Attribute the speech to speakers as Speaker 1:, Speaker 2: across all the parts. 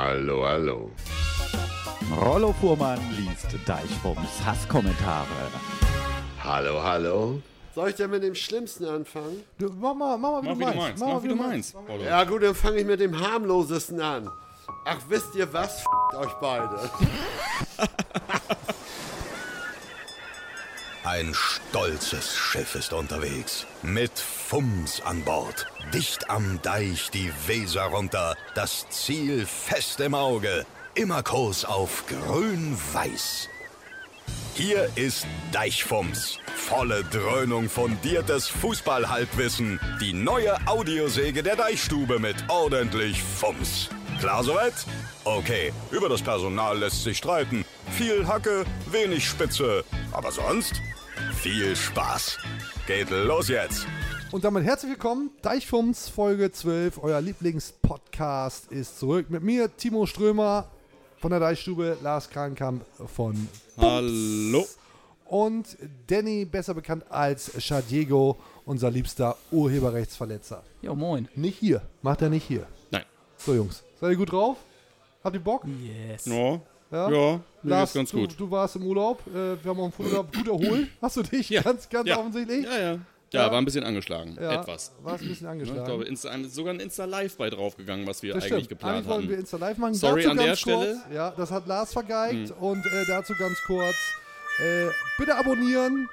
Speaker 1: Hallo, hallo.
Speaker 2: Rollo Fuhrmann liest Deichbums Hasskommentare.
Speaker 1: Hallo, hallo. Soll ich denn mit dem Schlimmsten anfangen?
Speaker 3: Du, mach mal, mach mal,
Speaker 4: Mach wie
Speaker 3: wie, du
Speaker 4: du
Speaker 3: meinst.
Speaker 4: meinst, mach wie du meinst. Rollo.
Speaker 1: Ja gut, dann fange ich mit dem harmlosesten an. Ach, wisst ihr was? F euch beide.
Speaker 5: Ein stolzes Schiff ist unterwegs. Mit Fums an Bord. Dicht am Deich die Weser runter. Das Ziel fest im Auge. Immer Kurs auf Grün-Weiß. Hier ist Deichfums. Volle Dröhnung fundiertes Fußballhalbwissen. Die neue Audiosäge der Deichstube mit ordentlich Fums. Klar soweit? Okay, über das Personal lässt sich streiten. Viel Hacke, wenig Spitze. Aber sonst? Viel Spaß. Geht los jetzt.
Speaker 3: Und damit herzlich willkommen, Deichfums Folge 12, euer Lieblingspodcast ist zurück. Mit mir Timo Strömer von der Deichstube, Lars Krankamp von
Speaker 4: Hallo.
Speaker 3: und Danny, besser bekannt als Shadiego, unser liebster Urheberrechtsverletzer.
Speaker 2: Jo, moin.
Speaker 3: Nicht hier, macht er nicht hier.
Speaker 4: Nein.
Speaker 3: So Jungs, seid ihr gut drauf? Habt ihr Bock?
Speaker 2: Yes.
Speaker 4: Ja, ja,
Speaker 3: Ja.
Speaker 4: mir geht's
Speaker 3: Lars,
Speaker 4: ganz
Speaker 3: du,
Speaker 4: gut.
Speaker 3: du warst im Urlaub, äh, wir haben auch im Urlaub gut erholt. Hast du dich
Speaker 4: Ja,
Speaker 3: ganz, ganz
Speaker 4: ja.
Speaker 3: offensichtlich?
Speaker 4: Ja, ja. Ja, war ein bisschen angeschlagen.
Speaker 3: Ja,
Speaker 4: Etwas.
Speaker 3: Warst ein bisschen
Speaker 4: Ich
Speaker 3: angeschlagen.
Speaker 4: glaube, Insta, sogar ein Insta-Live bei draufgegangen, was wir
Speaker 3: Das
Speaker 4: eigentlich
Speaker 3: stimmt.
Speaker 4: geplant
Speaker 3: Eigentlich wollten wir
Speaker 4: hatten.
Speaker 3: Insta Live machen.
Speaker 4: Sorry
Speaker 3: dazu
Speaker 4: an
Speaker 3: ganz
Speaker 4: der
Speaker 3: kurz,
Speaker 4: Stelle. Hm.
Speaker 3: Ja, das hat Lars vergeigt. Und äh, dazu ganz kurz. Äh, bitte abonnieren.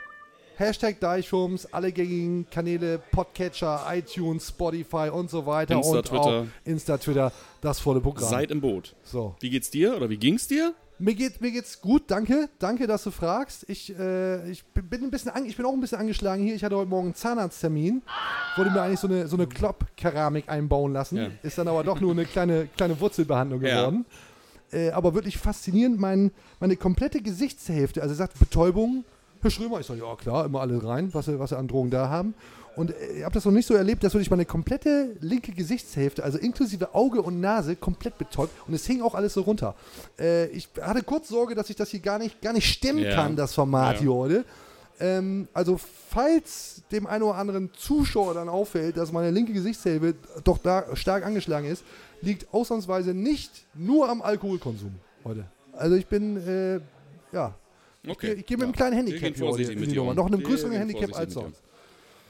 Speaker 3: Hashtag Deichhums, alle gängigen Kanäle, Podcatcher, iTunes, Spotify und so weiter.
Speaker 4: Insta,
Speaker 3: und auch
Speaker 4: Twitter.
Speaker 3: Insta, Twitter, das volle Programm.
Speaker 4: Seid im Boot.
Speaker 3: so.
Speaker 4: Wie geht's dir oder wie ging's dir?
Speaker 3: Mir, geht, mir geht's gut, danke. Danke, dass du fragst. Ich, äh, ich, bin ein bisschen an, ich bin auch ein bisschen angeschlagen hier. Ich hatte heute Morgen einen Zahnarzttermin. Wollte mir eigentlich so eine, so eine Klopp-Keramik einbauen lassen.
Speaker 4: Ja.
Speaker 3: Ist dann aber doch nur eine kleine, kleine Wurzelbehandlung
Speaker 4: Ja.
Speaker 3: geworden. Äh, aber wirklich faszinierend, mein, meine komplette Gesichtshälfte. Also er sagt Betäubung. Herr Schrömer, ich sage, ja klar, immer alle rein, was sie, was sie an Drogen da haben. Und äh, ich habe das noch nicht so erlebt, dass wirklich meine komplette linke Gesichtshälfte, also inklusive Auge und Nase, komplett betäubt. Und es hing auch alles so runter. Äh, ich hatte kurz Sorge, dass ich das hier gar nicht, gar nicht stemmen
Speaker 4: Ja.
Speaker 3: kann, das Format
Speaker 4: Ja.
Speaker 3: hier heute. Ähm, also falls dem einen oder anderen Zuschauer dann auffällt, dass meine linke Gesichtshälfte doch da stark angeschlagen ist, liegt ausnahmsweise nicht nur am Alkoholkonsum heute. Also ich bin, äh, ja,
Speaker 4: Okay.
Speaker 3: ich gehe mit einem
Speaker 4: Ja.
Speaker 3: kleinen
Speaker 4: Wir
Speaker 3: Handicap
Speaker 4: gehen
Speaker 3: hier heute
Speaker 4: vorsichtig
Speaker 3: in
Speaker 4: mit
Speaker 3: die
Speaker 4: dir
Speaker 3: Nummer.
Speaker 4: um.
Speaker 3: Noch einem
Speaker 4: Wir
Speaker 3: größeren
Speaker 4: gehen
Speaker 3: Handicap als
Speaker 4: vorsichtig mit
Speaker 3: sonst.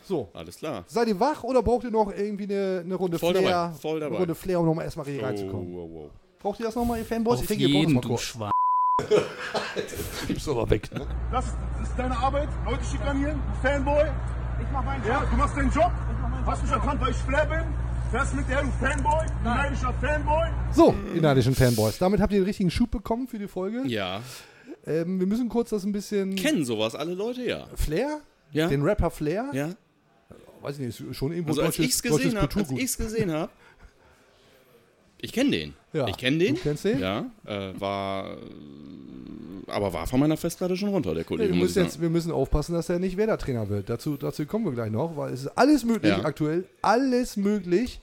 Speaker 3: So,
Speaker 4: Alles klar.
Speaker 3: seid ihr wach oder braucht ihr noch irgendwie eine, eine Runde
Speaker 4: Voll
Speaker 3: Flair?
Speaker 4: dabei, voll
Speaker 3: Eine
Speaker 4: dabei.
Speaker 3: Runde Flair, um nochmal erstmal hier reinzukommen.
Speaker 4: wow, wow.
Speaker 3: Braucht ihr das nochmal, ihr Fanboys?
Speaker 2: Auf
Speaker 3: denke, ihr braucht das
Speaker 2: jeden,
Speaker 3: mal
Speaker 2: du
Speaker 3: kurz.
Speaker 2: Schwein.
Speaker 3: Gib's aber weg.
Speaker 4: ne?
Speaker 6: Das ist deine Arbeit, Leute schikanieren, du Fanboy. Ich mach meinen Job. Ja, du machst deinen Job. genau. Hast mich erkannt, weil ich Flair bin. Fährst mit der, du Fanboy, du neidischer Fanboy.
Speaker 3: So, ihr neidischen Fanboys. Damit habt ihr den richtigen Schub bekommen für die Folge.
Speaker 4: Ja.
Speaker 3: Ähm, wir müssen kurz das ein bisschen.
Speaker 4: Kennen sowas alle Leute, ja.
Speaker 3: Flair?
Speaker 4: Ja.
Speaker 3: Den Rapper Flair?
Speaker 4: Ja.
Speaker 3: Weiß ich nicht, ist schon irgendwo
Speaker 4: Also als
Speaker 3: deutsches,
Speaker 4: ich's gesehen
Speaker 3: deutsches
Speaker 4: habe, als
Speaker 3: Kulturgut.
Speaker 4: ich's gesehen habe, ich kenne den.
Speaker 3: Ja.
Speaker 4: Ich kenne den.
Speaker 3: Du kennst den?
Speaker 4: Ja. Äh, war, äh, aber war von meiner Festplatte schon runter, der Kollege. muss
Speaker 3: wir,
Speaker 4: ich
Speaker 3: müssen
Speaker 4: sagen.
Speaker 3: jetzt, wir müssen aufpassen, dass er nicht Werder-Trainer wird. Dazu, dazu kommen wir gleich noch, weil es ist alles möglich
Speaker 4: Ja.
Speaker 3: aktuell. Alles möglich.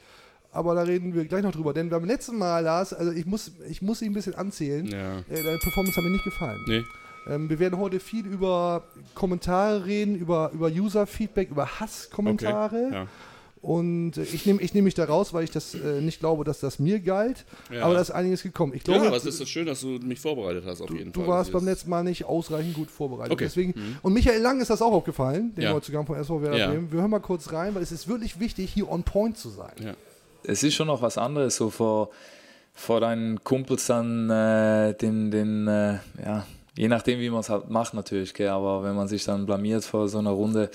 Speaker 3: Aber da reden wir gleich noch drüber. Denn beim letzten Mal, Lars, also ich muss, ich muss ihn ein bisschen anzählen.
Speaker 4: Ja.
Speaker 3: Äh, deine Performance hat mir nicht gefallen.
Speaker 4: Nee.
Speaker 3: Ähm, wir werden heute viel über Kommentare reden, über, über User-Feedback, über
Speaker 4: Okay.
Speaker 3: Hasskommentare.
Speaker 4: Ja.
Speaker 3: Und äh, ich nehme ich nehm mich da raus, weil ich das äh, nicht glaube, dass das mir galt.
Speaker 4: Ja.
Speaker 3: Aber da ist einiges gekommen. Ich
Speaker 4: Ja,
Speaker 3: glaube,
Speaker 4: aber es ist so schön, dass du mich vorbereitet hast, auf jeden Fall.
Speaker 3: du warst
Speaker 4: Das
Speaker 3: beim
Speaker 4: ist-
Speaker 3: letzten Mal nicht ausreichend gut vorbereitet.
Speaker 4: Okay. Mhm.
Speaker 3: Deswegen, Und Michael Lang ist das auch aufgefallen, den
Speaker 4: Ja.
Speaker 3: Neuzugang vom SV Werder
Speaker 4: Ja.
Speaker 3: Bremen. Wir hören mal kurz rein, weil es ist wirklich wichtig, hier on point zu sein.
Speaker 4: Ja.
Speaker 7: es ist schon noch was anderes, so vor, vor deinen Kumpels dann äh, den, den äh, ja, je nachdem wie man es halt macht natürlich, gell, aber wenn man sich dann blamiert vor so einer Runde,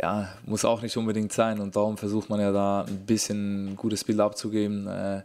Speaker 7: ja, muss auch nicht unbedingt sein und darum versucht man ja da ein bisschen ein gutes Bild abzugeben. Äh,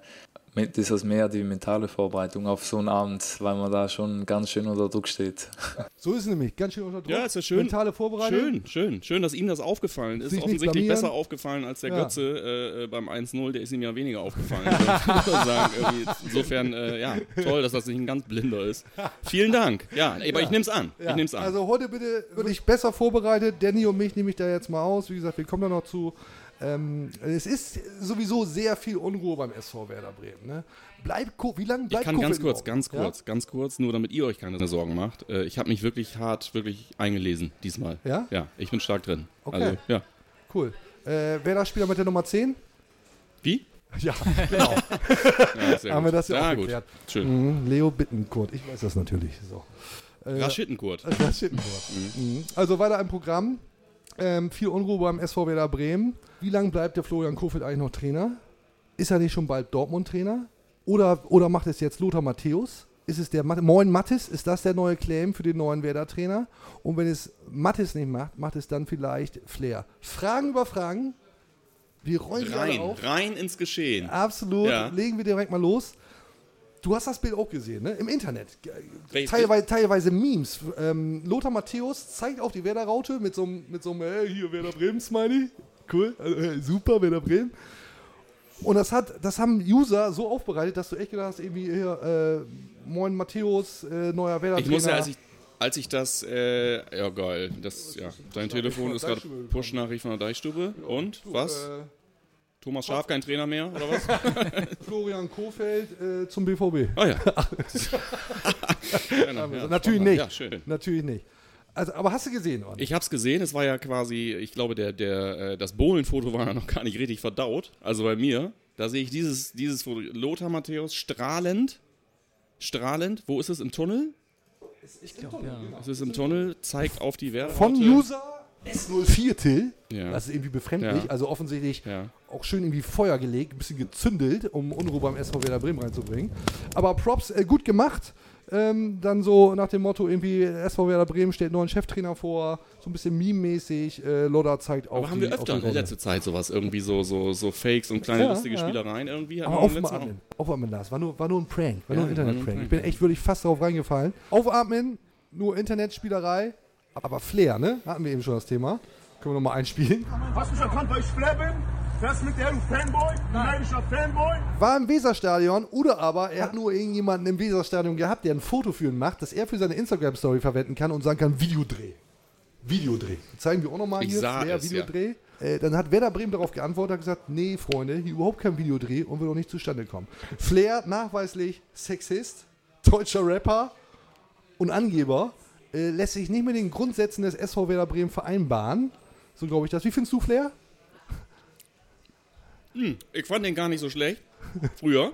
Speaker 7: mit ist das mehr die mentale Vorbereitung auf so einen Abend, weil man da schon ganz schön unter Druck steht.
Speaker 3: So ist es nämlich. Ganz schön unter Druck.
Speaker 4: Ja, ist ja schön.
Speaker 3: Mentale Vorbereitung.
Speaker 4: Schön, schön, schön, dass ihm das aufgefallen ist.
Speaker 3: Sich nicht
Speaker 4: Offensichtlich
Speaker 3: blamieren.
Speaker 4: besser aufgefallen als der
Speaker 3: Ja.
Speaker 4: Götze äh, äh, beim 1-0. Der ist ihm ja weniger aufgefallen. würde ich sagen, irgendwie. Insofern, äh, ja, toll, dass das nicht ein ganz blinder ist. Vielen Dank. Ja, aber ich nehm's an. Ich nehm's an.
Speaker 3: Also heute bitte wirklich besser vorbereitet. Danny und mich nehme ich da jetzt mal aus. Wie gesagt, wir kommen da noch zu. Ähm, es ist sowieso sehr viel Unruhe beim SV Werder Bremen. Ne? Bleib Ko wie lange
Speaker 4: ich
Speaker 3: bleibt
Speaker 4: kann
Speaker 3: Kofeld
Speaker 4: ganz kurz,
Speaker 3: überhaupt?
Speaker 4: ganz
Speaker 3: Ja?
Speaker 4: kurz, ganz kurz, nur damit ihr euch keine Sorgen macht. Äh, ich habe mich wirklich hart, wirklich eingelesen diesmal.
Speaker 3: Ja?
Speaker 4: Ja, ich bin stark drin.
Speaker 3: Okay.
Speaker 4: Also, ja.
Speaker 3: Cool. Äh, Werder Spieler mit der Nummer 10?
Speaker 4: Wie?
Speaker 3: Ja, genau.
Speaker 4: Ja, sehr
Speaker 3: Haben wir das ja
Speaker 4: ja
Speaker 3: auch
Speaker 4: gut.
Speaker 3: geklärt.
Speaker 4: Schön.
Speaker 3: Mhm, Leo Bittenkurt, ich weiß das natürlich. So.
Speaker 4: Raschittenkurt.
Speaker 3: Das stimmt nur. Mhm. Also weiter im Programm. Ähm, viel Unruhe beim SV Werder Bremen. Wie lange bleibt der Florian Kofeld eigentlich noch Trainer? Ist er nicht schon bald Dortmund-Trainer? Oder, oder macht es jetzt Lothar Matthäus? Ist es der Mat Moin Mattis? Ist das der neue Claim für den neuen Werder-Trainer? Und wenn es Mattis nicht macht, macht es dann vielleicht Flair. Fragen über Fragen. Wir rollen gerade
Speaker 4: Rein,
Speaker 3: auf. Ah,
Speaker 4: rein ins Geschehen.
Speaker 3: Absolut.
Speaker 4: Ja.
Speaker 3: Legen wir direkt mal los. Du hast das Bild auch gesehen, ne? Im Internet.
Speaker 4: Welches
Speaker 3: Teilweise, teilweise Memes. Ähm, Lothar Matthäus zeigt auf die Werder-Raute mit so einem, mit so einem hey, hier Werder Bremen-Smiley. Cool, äh, super, Werder Bremen. Und das, hat, das haben User so aufbereitet, dass du echt gedacht hast, irgendwie hier, äh, moin Matthäus, äh, neuer werder
Speaker 4: Ich muss ja, als ich, als ich das, äh, ja geil, das, ja, sein Telefon
Speaker 3: von
Speaker 4: ist
Speaker 3: der
Speaker 4: gerade
Speaker 3: Deichstube gekommen.
Speaker 4: Push-Nachricht von der Deichstube. Und, was?
Speaker 3: Äh,
Speaker 4: Thomas Schaf, kein Trainer mehr, oder was?
Speaker 3: Florian Kofeld äh, zum BVB.
Speaker 4: Ah ja. Gerne, ja.
Speaker 3: Natürlich nicht.
Speaker 4: Ja, schön.
Speaker 3: Natürlich nicht. Also, aber hast du gesehen, oder?
Speaker 4: Ich hab's gesehen, es war ja quasi, ich glaube, der, der, äh, das Bohlen-Foto war ja noch gar nicht richtig verdaut. Also bei mir, da sehe ich dieses, dieses Foto. Lothar Matthäus strahlend. Strahlend, wo ist es? Im Tunnel? Es ist im Tunnel, zeigt auf die Werder.
Speaker 3: Von User S04 Till.
Speaker 4: Ja.
Speaker 3: Das ist irgendwie befremdlich.
Speaker 4: Ja.
Speaker 3: Also offensichtlich
Speaker 4: Ja.
Speaker 3: auch schön irgendwie Feuer gelegt, ein bisschen gezündelt, um Unruhe beim SV Werder Bremen reinzubringen. Aber Props, äh, gut gemacht. Ähm, dann so nach dem Motto irgendwie SV Werder Bremen stellt neuen Cheftrainer vor, so ein bisschen meme-mäßig. Äh, Lodder zeigt auch
Speaker 4: Aber haben wir öfter in letzter Zeit sowas, irgendwie so, so, so Fakes und kleine
Speaker 3: Ja,
Speaker 4: lustige
Speaker 3: ja.
Speaker 4: Spielereien irgendwie? Hatten
Speaker 3: aber
Speaker 4: wir im letzten
Speaker 3: aufatmen, aufatmen Lars, war nur, war nur ein Prank, war nur ein
Speaker 4: Ja, war nur ein
Speaker 3: Internet-Prank. Ich
Speaker 4: Prank.
Speaker 3: bin echt wirklich fast darauf reingefallen. Aufatmen, nur Internetspielerei, aber Flair, ne? Hatten wir eben schon das Thema. Können wir nochmal einspielen.
Speaker 6: Hast du mich erkannt, weil ich Flair bin? Fährst mit der, du Fanboy? Du neidischer Fanboy?
Speaker 3: war im Weserstadion oder aber er hat nur irgendjemanden im Weserstadion gehabt, der ein Foto für ihn macht, das er für seine Instagram-Story verwenden kann und sagen kann, Videodreh. Videodreh. Zeigen wir auch nochmal
Speaker 4: Ich
Speaker 3: hier,
Speaker 4: sah
Speaker 3: Flair,
Speaker 4: es,
Speaker 3: Videodreh. Äh, dann hat Werder Bremen darauf geantwortet, hat gesagt, nee, Freunde, hier überhaupt kein Videodreh und wird auch nicht zustande kommen. Flair, nachweislich Sexist, deutscher Rapper und Angeber, äh, lässt sich nicht mit den Grundsätzen des SV Werder Bremen vereinbaren. So glaube ich das. Wie findest du Flair?
Speaker 4: Ich fand den gar nicht so schlecht. Früher.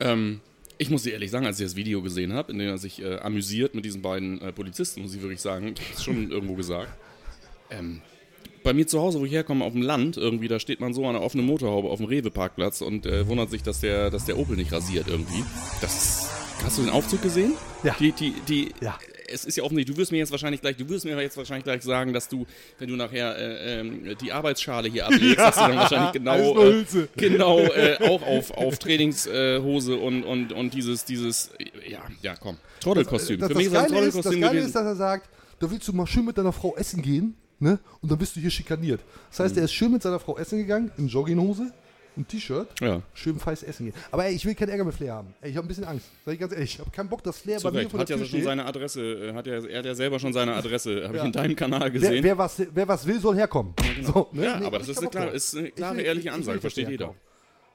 Speaker 4: ähm, ich muss dir ehrlich sagen, als ich das Video gesehen habe, in dem er sich äh, amüsiert mit diesen beiden äh, Polizisten, muss ich wirklich sagen, ich hab's schon irgendwo gesagt. Ähm, bei mir zu Hause, wo ich herkomme, auf dem Land, irgendwie, da steht man so an einer offenen Motorhaube auf dem Rewe-Parkplatz und äh, wundert sich, dass der, dass der Opel nicht rasiert irgendwie. Das ist, Hast du den Aufzug gesehen?
Speaker 3: Ja.
Speaker 4: Die, die, die,
Speaker 3: Ja.
Speaker 4: Es ist ja offensichtlich, du wirst mir jetzt wahrscheinlich gleich, du wirst mir jetzt wahrscheinlich gleich sagen, dass du, wenn du nachher äh, ähm, die Arbeitsschale hier ablegst, dass du dann wahrscheinlich
Speaker 3: alles
Speaker 4: genau,
Speaker 3: nur
Speaker 4: äh,
Speaker 3: Hülse.
Speaker 4: genau äh, auch auf, auf Trainingshose äh, Hose und, und, und dieses, dieses, ja, ja, komm. Trottelkostüm.
Speaker 3: Das,
Speaker 4: Für
Speaker 3: äh, das,
Speaker 4: mich ist das ein
Speaker 3: Geile ist, das
Speaker 4: Trottelkostüm
Speaker 3: Geile
Speaker 4: gewesen.
Speaker 3: ist, dass er sagt, da willst du mal schön mit deiner Frau essen gehen, ne? Und dann bist du hier schikaniert. Das
Speaker 4: Mhm.
Speaker 3: heißt, er ist schön mit seiner Frau essen gegangen, in Jogginghose, ein T-Shirt,
Speaker 4: Ja.
Speaker 3: schön feist essen gehen. Aber ey, ich will keinen Ärger mit Flair haben. Ey, ich habe ein bisschen Angst. Sag ich ganz ehrlich, ich habe keinen Bock, dass Flair
Speaker 4: Zu
Speaker 3: bei mir
Speaker 4: Recht.
Speaker 3: vor der
Speaker 4: Hat ja
Speaker 3: Tür
Speaker 4: schon
Speaker 3: steht.
Speaker 4: seine Adresse, äh, hat ja, er hat ja selber schon seine Adresse, habe ich in deinem Kanal
Speaker 3: Wer,
Speaker 4: gesehen.
Speaker 3: wer, was, wer was will, soll herkommen. So, ne?
Speaker 4: ja,
Speaker 3: Nee,
Speaker 4: aber
Speaker 3: hab
Speaker 4: das
Speaker 3: ich
Speaker 4: ist
Speaker 3: keinen
Speaker 4: eine
Speaker 3: Bock drauf.
Speaker 4: klare, ist eine klare
Speaker 3: will-
Speaker 4: ehrliche
Speaker 3: ich will
Speaker 4: Ansage,
Speaker 3: nicht, dass
Speaker 4: versteht
Speaker 3: der
Speaker 4: jeder.
Speaker 3: herkommt.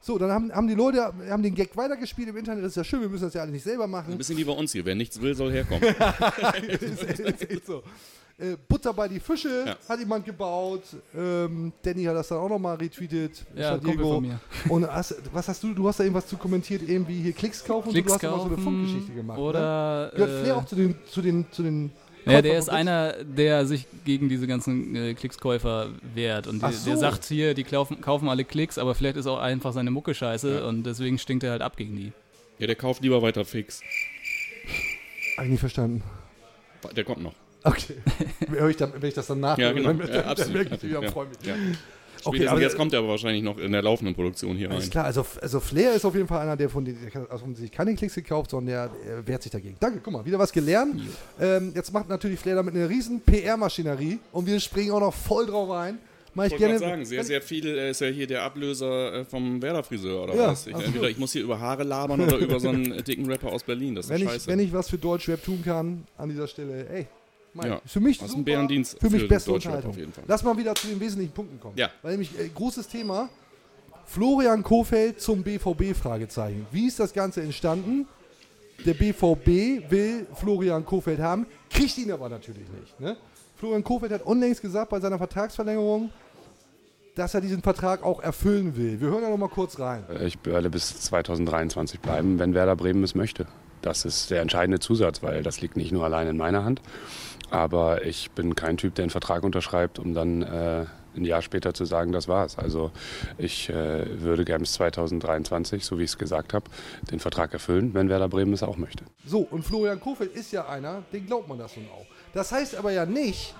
Speaker 3: So, dann haben, haben die Leute haben den Gag weitergespielt im Internet. Das ist ja schön, wir müssen das ja alle nicht selber machen.
Speaker 4: Ein bisschen wie bei uns hier, wer nichts will, soll herkommen.
Speaker 3: ist, ist echt so. Äh, Butter bei die Fische
Speaker 4: Ja.
Speaker 3: hat jemand gebaut. Ähm, Danny hat das dann auch nochmal retweetet.
Speaker 8: Ja,
Speaker 3: San
Speaker 8: Kumpel von mir.
Speaker 3: Und hast, was hast du? Du hast da irgendwas zu kommentiert, irgendwie hier Klicks kaufen. und
Speaker 8: Klicks
Speaker 3: du hast immer so eine Funkgeschichte
Speaker 8: kaufen
Speaker 3: gemacht. ne?
Speaker 8: oder...
Speaker 3: Gehört Flair
Speaker 8: äh,
Speaker 3: auch zu den, zu den, zu den
Speaker 8: Ja,
Speaker 3: Käufern
Speaker 8: der ist
Speaker 3: von
Speaker 8: einer, der sich gegen diese ganzen äh, Klickskäufer wehrt. Und
Speaker 3: Ach
Speaker 8: der, der
Speaker 3: so.
Speaker 8: sagt hier, die kaufen, kaufen alle Klicks, aber vielleicht ist auch einfach seine Mucke scheiße und deswegen stinkt er halt ab gegen die.
Speaker 4: ja, der kauft lieber weiter fix.
Speaker 3: Bits? Hab ich nicht verstanden.
Speaker 4: Der kommt noch.
Speaker 3: Okay. Hör ich dann, wenn ich das dann nachhöre,
Speaker 4: Ja, genau.
Speaker 3: dann,
Speaker 4: Ja,
Speaker 3: dann
Speaker 4: absolut.
Speaker 3: merke ich wieder,
Speaker 4: Ja.
Speaker 3: freue mich.
Speaker 4: Ja.
Speaker 3: Okay,
Speaker 4: Spätestens
Speaker 3: aber
Speaker 4: jetzt kommt er aber wahrscheinlich noch in der laufenden Produktion hier
Speaker 3: Alles
Speaker 4: rein.
Speaker 3: klar, also, also Flair ist auf jeden Fall einer, der von den, der hat offensichtlich keine Klicks gekauft, sondern der äh, wehrt sich dagegen. Danke, guck mal, wieder was gelernt. Ähm, jetzt macht natürlich Flair damit eine riesen PR-Maschinerie und wir springen auch noch voll drauf ein. Mach ich
Speaker 4: Ich wollte
Speaker 3: gerne.
Speaker 4: gerade sagen, sehr, sehr viel äh, ist ja hier der Ablöser äh, vom Werder-Friseur oder
Speaker 3: Ja,
Speaker 4: was. Ich,
Speaker 3: absolut.
Speaker 4: entweder ich muss hier über Haare labern oder über so einen äh, dicken Rapper aus Berlin. Das ist
Speaker 3: wenn, ich,
Speaker 4: scheiße.
Speaker 3: wenn ich was für Deutschrap tun kann, an dieser Stelle, ey, Mike,
Speaker 4: Ja,
Speaker 3: für mich
Speaker 4: hast einen
Speaker 3: super,
Speaker 4: Bärendienst
Speaker 3: für
Speaker 4: für
Speaker 3: mich
Speaker 4: den
Speaker 3: beste
Speaker 4: Deutschrap
Speaker 3: Unterhaltung.
Speaker 4: auf jeden Fall.
Speaker 3: Lass mal wieder zu den wesentlichen Punkten kommen.
Speaker 4: Ja.
Speaker 3: Weil nämlich, äh, großes Thema, Florian Kofeld zum BVB, Fragezeichen. Wie ist das Ganze entstanden? Der BVB will Florian Kofeld haben, kriegt ihn aber natürlich nicht. Ne? Florian Kofeld hat unlängst gesagt bei seiner Vertragsverlängerung, dass er diesen Vertrag auch erfüllen will. Wir hören da noch mal kurz rein.
Speaker 9: Ich werde bis 2023 bleiben, wenn Werder Bremen es möchte. Das ist der entscheidende Zusatz, weil das liegt nicht nur allein in meiner Hand. Aber ich bin kein Typ, der einen Vertrag unterschreibt, um dann äh, ein Jahr später zu sagen, das war's. Also ich äh, würde gern bis 2023, so wie ich es gesagt habe, den Vertrag erfüllen, wenn Werder Bremen es auch möchte.
Speaker 3: So, und Florian Kofeld ist ja einer, den glaubt man das nun auch. Das heißt aber ja nicht,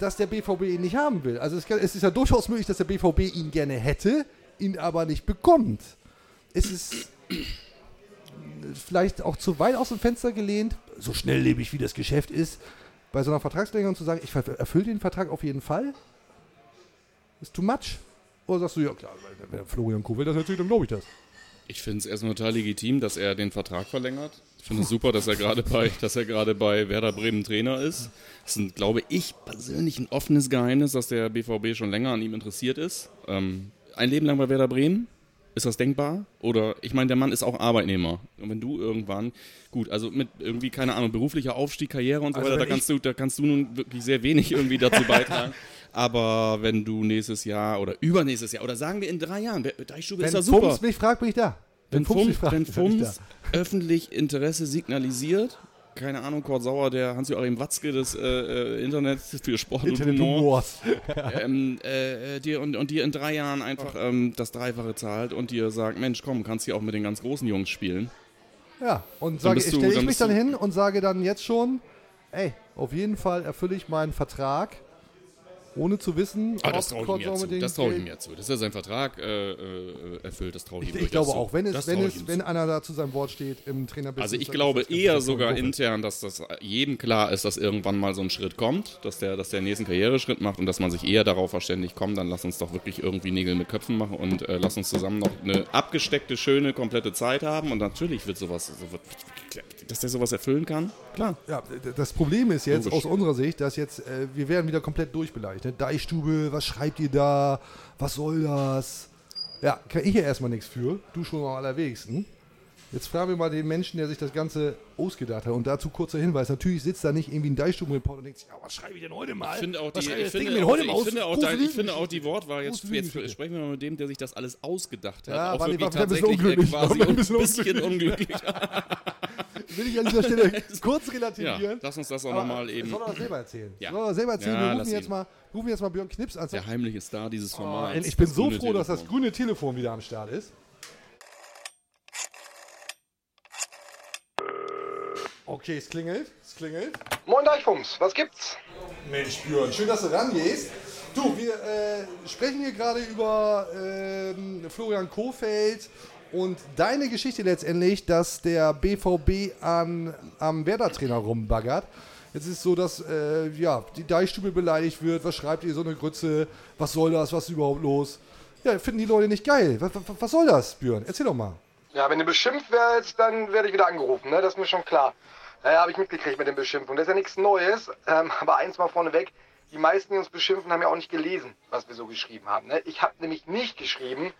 Speaker 3: dass der BVB ihn nicht haben will. Also es, kann, es ist ja durchaus möglich, dass der BVB ihn gerne hätte, ihn aber nicht bekommt. Es ist vielleicht auch zu weit aus dem Fenster gelehnt, so schnelllebig wie das Geschäft ist, bei so einer Vertragsverlängerung zu sagen, ich ver- erfülle den Vertrag auf jeden Fall, ist too much. Oder sagst du, ja klar, wenn Florian Kofeld das erzählt, dann glaube ich das.
Speaker 4: Ich finde es erstmal total legitim, dass er den Vertrag verlängert. Ich finde es super, dass er gerade bei, dass er gerade bei Werder Bremen Trainer ist. Das ist, ein, glaube ich, persönlich ein offenes Geheimnis, dass der BVB schon länger an ihm interessiert ist. Ähm, ein Leben lang bei Werder Bremen. Ist das denkbar? Oder ich meine, der Mann ist auch Arbeitnehmer. Und wenn du irgendwann, gut, also mit irgendwie, keine Ahnung, beruflicher Aufstieg, Karriere und so
Speaker 3: Also
Speaker 4: weiter, da
Speaker 3: wenn
Speaker 4: kannst, du, da kannst du nun wirklich sehr wenig irgendwie dazu beitragen. Aber wenn du nächstes Jahr oder übernächstes Jahr oder sagen wir in drei Jahren, wer- Deichstube ist
Speaker 3: Wenn
Speaker 4: ja super.
Speaker 3: Fums mich fragt, bin ich da.
Speaker 4: Wenn
Speaker 3: mich
Speaker 4: Fums,
Speaker 3: fragt,
Speaker 4: wenn
Speaker 3: bin ich da.
Speaker 4: Fums öffentlich Interesse signalisiert, keine Ahnung, Kurt Sauer, der Hans-Joachim Watzke des äh, äh, Internets für Sport
Speaker 3: Internet
Speaker 4: und Humor,
Speaker 3: Humors.
Speaker 4: ähm, äh, äh, dir und, und dir in drei Jahren einfach ähm, das Dreifache zahlt und dir sagt, Mensch, komm, kannst hier auch mit den ganz großen Jungs spielen.
Speaker 3: Ja, und sage,
Speaker 4: bist du-
Speaker 3: stelle ich
Speaker 4: dann
Speaker 3: mich
Speaker 4: bist du-
Speaker 3: dann hin und sage dann jetzt schon, ey, auf jeden Fall erfülle ich meinen Vertrag, ohne zu wissen,
Speaker 4: Ah, das traue ich
Speaker 3: Kurt
Speaker 4: ihm ja zu.
Speaker 3: unbedingt
Speaker 4: Das traue ich ihm
Speaker 3: Geld-
Speaker 4: ja zu. Dass er seinen Vertrag äh, äh, erfüllt, das traue ich ihm
Speaker 3: Ich,
Speaker 4: durchaus
Speaker 3: ich glaube
Speaker 4: zu.
Speaker 3: auch, wenn es,
Speaker 4: Das
Speaker 3: wenn
Speaker 4: traue
Speaker 3: es,
Speaker 4: ich ihm
Speaker 3: wenn
Speaker 4: zu.
Speaker 3: einer da zu seinem Wort steht im Trainerbusiness.
Speaker 4: Also ich
Speaker 3: dann
Speaker 4: glaube
Speaker 3: ist das
Speaker 4: eher
Speaker 3: ganz
Speaker 4: sogar
Speaker 3: gut.
Speaker 4: intern, dass das jedem klar ist, dass irgendwann mal so ein Schritt kommt, dass der, dass der nächsten Karriereschritt macht und dass man sich eher darauf verständigt, komm, dann lass uns doch wirklich irgendwie Nägel mit Köpfen machen und äh, lass uns zusammen noch eine abgesteckte, schöne, komplette Zeit haben und natürlich wird sowas, so wird, dass der sowas erfüllen kann, klar.
Speaker 3: Ja, d- das Problem ist jetzt
Speaker 4: Logisch.
Speaker 3: aus unserer Sicht, dass jetzt äh, wir werden wieder komplett durchbeleidigt. Ne? Deichstube, was schreibt ihr da? Was soll das? Ja, kann ich ja erstmal nichts für. Du schon am allerwenigsten. Jetzt fragen wir mal den Menschen, der sich das Ganze ausgedacht hat. Und dazu kurzer Hinweis: Natürlich sitzt da nicht irgendwie ein Deichstubenreporter und denkt sich, ja, was schreibe ich denn heute mal?
Speaker 4: Ich finde auch
Speaker 3: was
Speaker 4: die,
Speaker 3: schreibe
Speaker 4: ich
Speaker 3: das Ding
Speaker 4: finde
Speaker 3: denn
Speaker 4: auch,
Speaker 3: heute
Speaker 4: ich
Speaker 3: mal aus?
Speaker 4: finde auch,
Speaker 3: Große
Speaker 4: dein, ich finde
Speaker 3: Lügen.
Speaker 4: auch die Wortwahl. Jetzt,
Speaker 3: Große
Speaker 4: jetzt
Speaker 3: Lügen.
Speaker 4: sprechen wir mal mit dem, der sich das alles ausgedacht hat.
Speaker 3: Ja,
Speaker 4: auch
Speaker 3: war die-
Speaker 4: wirklich
Speaker 3: war ein bisschen
Speaker 4: tatsächlich äh,
Speaker 3: unglücklich.
Speaker 4: quasi
Speaker 3: War ein
Speaker 4: ein
Speaker 3: bisschen
Speaker 4: bisschen, unglücklich.
Speaker 3: Will ich an dieser Stelle kurz relativieren.
Speaker 4: Ja, lass uns das auch
Speaker 3: Aber
Speaker 4: nochmal eben.
Speaker 3: Soll er das selber erzählen?
Speaker 4: Ja.
Speaker 3: Soll er das selber erzählen?
Speaker 4: Ja,
Speaker 3: wir
Speaker 4: lass
Speaker 3: rufen jetzt,
Speaker 4: ihn.
Speaker 3: mal, rufen jetzt mal Björn Knips an.
Speaker 4: Der heimliche Star dieses
Speaker 3: Oh,
Speaker 4: Formats.
Speaker 3: ich bin so froh,
Speaker 4: Grüne
Speaker 3: dass das
Speaker 4: Telefon.
Speaker 3: grüne Telefon wieder am Start ist. Okay, es klingelt, es klingelt. Moin Deichfums, was gibt's? Mensch Björn, schön, dass du rangehst. Du, wir äh, sprechen hier gerade über ähm, Florian Kofeld und deine Geschichte letztendlich, dass der BVB an, am Werder-Trainer rumbaggert. Jetzt ist so, dass äh, ja, die Deichstube beleidigt wird. Was schreibt ihr so eine Grütze? Was soll das? Was ist überhaupt los? Ja, finden die Leute nicht geil. Was, was, was soll das, Björn? Erzähl doch mal.
Speaker 10: Ja, wenn du beschimpft wirst, dann werde ich wieder angerufen, ne? Das ist mir schon klar. Naja, habe ich mitgekriegt mit den Beschimpfungen. Das ist ja nichts Neues. Ähm, aber eins mal vorneweg, die meisten, die uns beschimpfen, haben ja auch nicht gelesen, was wir so geschrieben haben. Ne? Ich habe nämlich nicht geschrieben,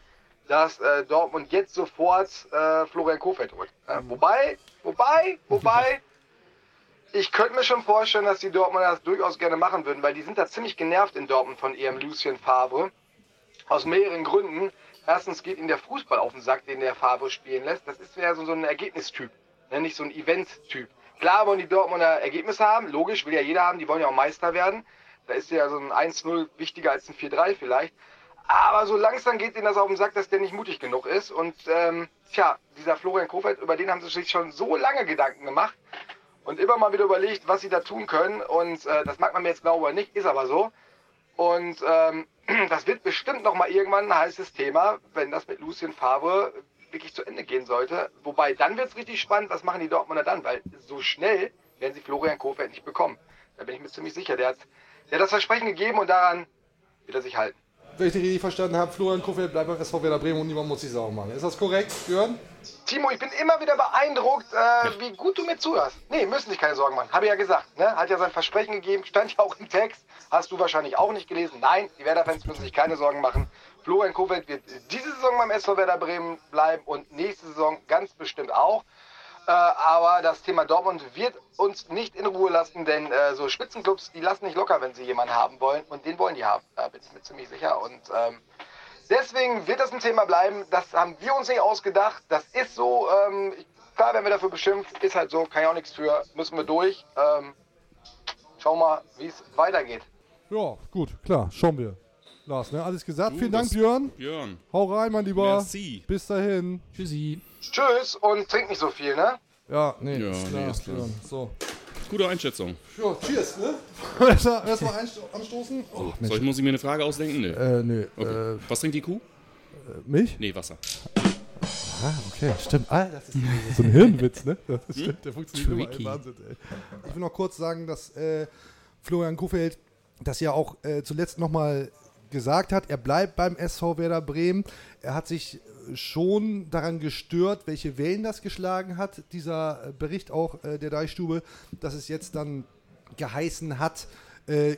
Speaker 10: dass äh, Dortmund jetzt sofort äh, Florian Kohfeldt holt. Äh, wobei, wobei, wobei, ich könnte mir schon vorstellen, dass die Dortmunder das durchaus gerne machen würden, weil die sind da ziemlich genervt in Dortmund von ihrem Lucien Favre. Aus mehreren Gründen. Erstens geht ihnen der Fußball auf den Sack, den der Favre spielen lässt. Das ist ja so, so ein Ergebnistyp, ne? nicht so ein Event-Typ. Klar wollen die Dortmunder Ergebnisse haben, logisch, will ja jeder haben, die wollen ja auch Meister werden. Da ist ja so ein 1-0 wichtiger als ein 4-3 vielleicht. Aber so langsam geht ihnen das auf den Sack, dass der nicht mutig genug ist. Und ähm, tja, dieser Florian Kofeld, über den haben sie sich schon so lange Gedanken gemacht und immer mal wieder überlegt, was sie da tun können. Und äh, das mag man mir jetzt glauben oder nicht, ist aber so. Und ähm, das wird bestimmt noch mal irgendwann ein heißes Thema, wenn das mit Lucien Favre wirklich zu Ende gehen sollte. Wobei, dann wird's richtig spannend, was machen die Dortmunder dann? Weil so schnell werden sie Florian Kohfeldt nicht bekommen. Da bin ich mir ziemlich sicher. Der hat, der hat das Versprechen gegeben und daran wird er sich halten.
Speaker 3: Wenn ich dich richtig verstanden habe, Florian Kofeld bleibt beim SV Werder Bremen und niemand muss sich Sorgen machen. Ist das korrekt, Björn?
Speaker 10: Timo, ich bin immer wieder beeindruckt, äh, wie gut du mir zuhörst. Nee, müssen sich keine Sorgen machen. Habe ja gesagt. Ne? Hat ja sein Versprechen gegeben, stand ja auch im Text. Hast du wahrscheinlich auch nicht gelesen. Nein, die Werder-Fans müssen sich keine Sorgen machen. Florian Kohfeldt wird diese Saison beim SV Werder Bremen bleiben und nächste Saison ganz bestimmt auch. Äh, aber das Thema Dortmund wird uns nicht in Ruhe lassen, denn äh, so Spitzenclubs, die lassen nicht locker, wenn sie jemanden haben wollen. Und den wollen die haben, da bin ich mir ziemlich sicher. Und ähm, deswegen wird das ein Thema bleiben. Das haben wir uns nicht ausgedacht. Das ist so. Ähm, klar werden wir dafür beschimpft. Ist halt so, kann ich auch nichts für. Müssen wir durch. Ähm, schau mal, wie es weitergeht.
Speaker 3: Ja, gut, klar, schauen wir. Lars, ne? Alles gesagt.
Speaker 4: Du,
Speaker 3: Vielen Dank,
Speaker 4: das-
Speaker 3: Björn.
Speaker 4: Björn.
Speaker 3: Hau rein, mein Lieber.
Speaker 4: Merci.
Speaker 3: Bis dahin.
Speaker 8: Tschüssi.
Speaker 10: Tschüss und trink nicht so viel, ne?
Speaker 3: Ja, nee,
Speaker 4: Ja,
Speaker 3: ist
Speaker 4: nee,
Speaker 3: klar,
Speaker 4: ist klar.
Speaker 3: Björn. So.
Speaker 4: Gute Einschätzung.
Speaker 3: Ja, cheers, ne? Erstmal erstmal einsto- anstoßen. Oh,
Speaker 4: Soll ich, muss ich mir eine Frage ausdenken? Nee.
Speaker 3: Äh, nee.
Speaker 4: Okay. Was trinkt die Kuh?
Speaker 3: Äh, Milch?
Speaker 4: Nee, Wasser.
Speaker 3: Ah, okay, stimmt. Ah, das ist so ein Hirnwitz, ne? Das stimmt, der funktioniert immer.
Speaker 8: Tricky.
Speaker 3: Ey, Wahnsinn, ey. Ich will noch kurz sagen, dass äh, Florian Kofeld das ja auch äh, zuletzt nochmal gesagt hat. Er bleibt beim SV Werder Bremen. Er hat sich schon daran gestört, welche Wellen das geschlagen hat, dieser äh, Bericht auch äh, der Deichstube, dass es jetzt dann geheißen hat, äh,